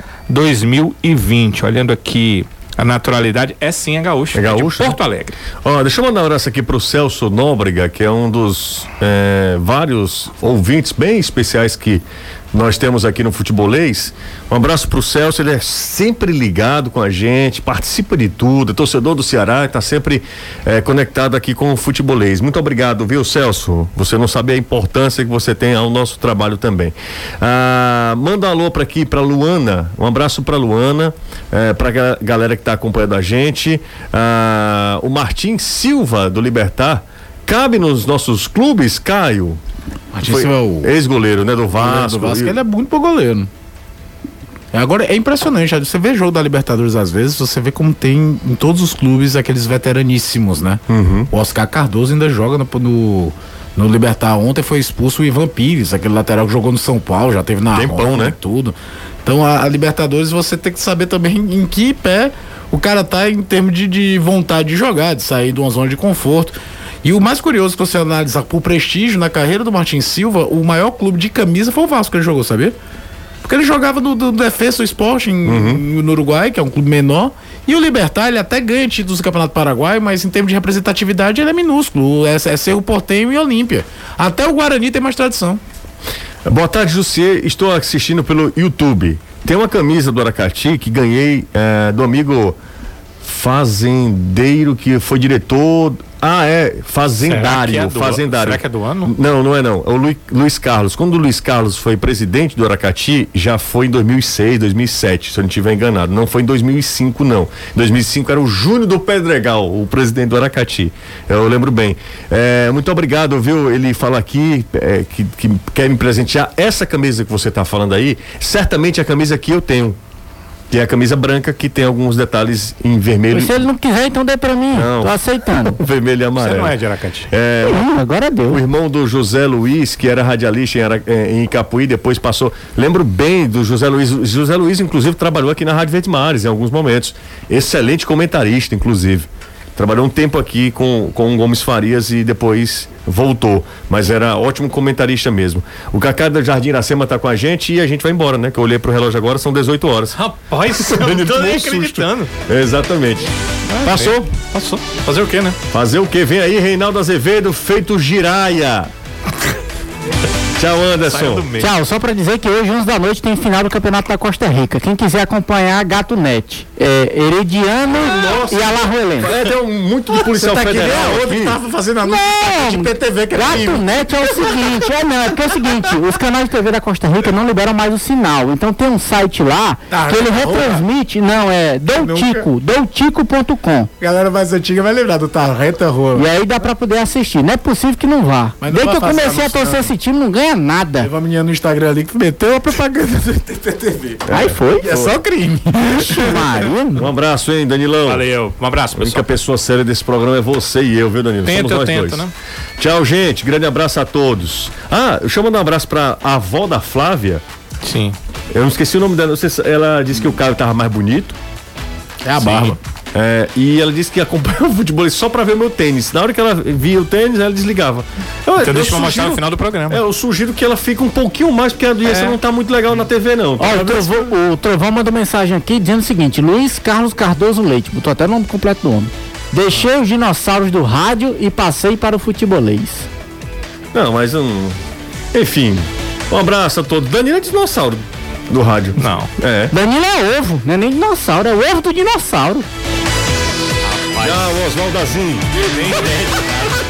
Speaker 4: 2020. Olhando aqui a naturalidade, é sim, é gaúcho.
Speaker 2: É gaúcho,
Speaker 4: de
Speaker 2: né?
Speaker 4: Porto Alegre.
Speaker 2: Ó, deixa eu mandar um abraço aqui pro Celso Nóbrega, que é um dos é, vários ouvintes bem especiais que nós temos aqui no Futebolês. Um abraço pro Celso, ele é sempre ligado com a gente, participa de tudo, é torcedor do Ceará e tá sempre é, conectado aqui com o Futebolês. Muito obrigado, viu, Celso? Você não sabe a importância que você tem ao nosso trabalho também. Ah, manda um alô pra aqui, pra Luana, um abraço pra Luana, é, pra ga- galera que tá acompanhando a gente. Ah, o Martim Silva, do Libertar, cabe nos nossos clubes, Caio?
Speaker 3: Martins Silva é o-
Speaker 2: Ex-goleiro, né? Do
Speaker 3: goleiro
Speaker 2: Vasco.
Speaker 3: do Vasco,
Speaker 2: E-
Speaker 3: ele é muito bom goleiro. Agora é impressionante, sabe? você vê jogo da Libertadores às vezes, você vê como tem em todos os clubes aqueles veteraníssimos, né?
Speaker 2: Uhum.
Speaker 3: O Oscar Cardoso ainda joga no, no, no Libertar. Ontem foi expulso o Ivan Pires, aquele lateral que jogou no São Paulo, já teve na
Speaker 2: Tempão,
Speaker 3: Roma,
Speaker 2: né?
Speaker 3: tudo. Então a, a Libertadores você tem que saber também em que pé o cara tá em termos de, de vontade de jogar, de sair de uma zona de conforto. E o mais curioso que você analisar por prestígio na carreira do Martins Silva, o maior clube de camisa foi o Vasco que ele jogou, sabia? Porque ele jogava no, no Defensa Esporte em, no Uruguai, que é um clube menor. E o Libertar, ele até ganha títulos do Campeonato Paraguai, mas em termos de representatividade ele é minúsculo. É, é Cerro Portenho e Olímpia. Até o Guarani tem mais tradição.
Speaker 2: Boa tarde, Jussier. Estou assistindo pelo YouTube. Tem uma camisa do Aracati que ganhei eh, do amigo fazendeiro que foi diretor. Ah, é, fazendário,
Speaker 4: Será que é do-
Speaker 2: fazendário.
Speaker 4: será que é do ano?
Speaker 2: Não, não é não. É o Lu- Luiz Carlos. Quando o Luiz Carlos foi presidente do Aracati, já foi em 2006, 2007, se eu não estiver enganado. Não foi em 2005, não. Em 2005 era o Júnior do Pedregal, o presidente do Aracati. Eu lembro bem. É, muito obrigado, viu? Ele fala aqui é, que, que quer me presentear. Essa camisa que você está falando aí, certamente é a camisa que eu tenho. Que é a camisa branca que tem alguns detalhes em vermelho,
Speaker 5: Se ele não quiser, então dê pra mim.
Speaker 2: Não.
Speaker 5: Tô (laughs) aceitando.
Speaker 2: vermelho e amarelo.
Speaker 4: Você não é de Aracati.
Speaker 2: É,
Speaker 5: Hum, agora
Speaker 2: o
Speaker 5: deu.
Speaker 2: irmão do José Luiz, que era radialista em, Ara- eh, em Capuí, depois passou. Lembro bem do José Luiz. O José Luiz, inclusive, trabalhou aqui na Rádio Verde Mares em alguns momentos. Excelente comentarista, inclusive. Trabalhou um tempo aqui com, com o Gomes Farias e depois voltou. Mas era ótimo comentarista mesmo. O Cacá da Jardim Iracema tá com a gente e a gente vai embora, né? Que eu olhei pro relógio agora, são 18 horas. (laughs)
Speaker 4: (laughs) Rapaz, eu não tô
Speaker 2: um
Speaker 4: nem acreditando.
Speaker 2: Exatamente. Passou?
Speaker 4: Passou. Fazer o quê, né?
Speaker 2: Fazer o que? Vem aí, Reinaldo Azevedo, feito
Speaker 4: (laughs)
Speaker 2: giraia. Tchau,
Speaker 4: Saiu do
Speaker 2: Anderson.
Speaker 4: meio.
Speaker 5: Tchau, só pra dizer que hoje, 11 da noite, tem final do Campeonato da Costa Rica. Quem quiser acompanhar, Gato Net. É Herediano e Alajuelense.
Speaker 2: É, tem um muito de policial
Speaker 4: tá
Speaker 2: federal
Speaker 4: né?
Speaker 2: aqui.
Speaker 3: fazendo a
Speaker 5: Não!
Speaker 3: de PTV, que é
Speaker 5: Gato
Speaker 3: crime.
Speaker 5: Net é o seguinte, é não, é porque é o seguinte, os canais de TV da Costa Rica não liberam mais o sinal. Então tem um site lá
Speaker 3: Ah,
Speaker 5: que ele
Speaker 3: não,
Speaker 5: retransmite, não, é Doutico, doutico.com.
Speaker 3: A galera mais antiga vai lembrar do Tarreta Rua.
Speaker 5: E aí dá pra poder assistir. Não é possível que não vá.
Speaker 3: Mas não
Speaker 5: Desde
Speaker 3: vai
Speaker 5: que eu
Speaker 3: passar
Speaker 5: comecei
Speaker 3: no
Speaker 5: a torcer
Speaker 3: sinal.
Speaker 5: esse time, não ganha nada.
Speaker 3: Teve uma menina no Instagram ali que meteu a propaganda do TTV.
Speaker 5: Aí foi.
Speaker 3: É só crime.
Speaker 5: Vixe, Maria.
Speaker 2: Um abraço, hein, Danilão.
Speaker 4: Valeu. Um abraço,
Speaker 2: A única
Speaker 4: pessoal.
Speaker 2: pessoa séria desse programa é você e eu, viu, Danilo?
Speaker 4: Tento, eu
Speaker 2: Somos nós
Speaker 4: tento,
Speaker 2: dois.
Speaker 4: né?
Speaker 2: Tchau, gente. Grande abraço a todos. Ah, deixa eu mandar um abraço pra avó da Flávia.
Speaker 4: Sim.
Speaker 2: Eu não esqueci o nome dela. não sei se- Ela disse que o cara tava mais bonito.
Speaker 3: É a barba.
Speaker 2: É, e ela disse que acompanhava (laughs) o futebol só pra ver o meu tênis. Na hora que ela via o tênis, ela desligava. Eu,
Speaker 4: Então deixa eu mostrar
Speaker 2: sugiro-
Speaker 4: no final do programa.
Speaker 2: É, eu sugiro que ela fique um pouquinho mais, porque a doença não tá muito legal na TV, não.
Speaker 5: Ó, o Trovão, o Trovão mandou mensagem aqui dizendo o seguinte: Luiz Carlos Cardoso Leite, botou até o nome completo do homem. Deixei os dinossauros do rádio e passei para o futebolês.
Speaker 2: Não, mas um. Enfim. Um abraço a todos. Danilo é dinossauro do rádio.
Speaker 4: Não.
Speaker 2: É.
Speaker 5: Danilo é ovo, não é nem dinossauro, é o ovo do dinossauro.
Speaker 2: Tchau, Oswaldo Azim.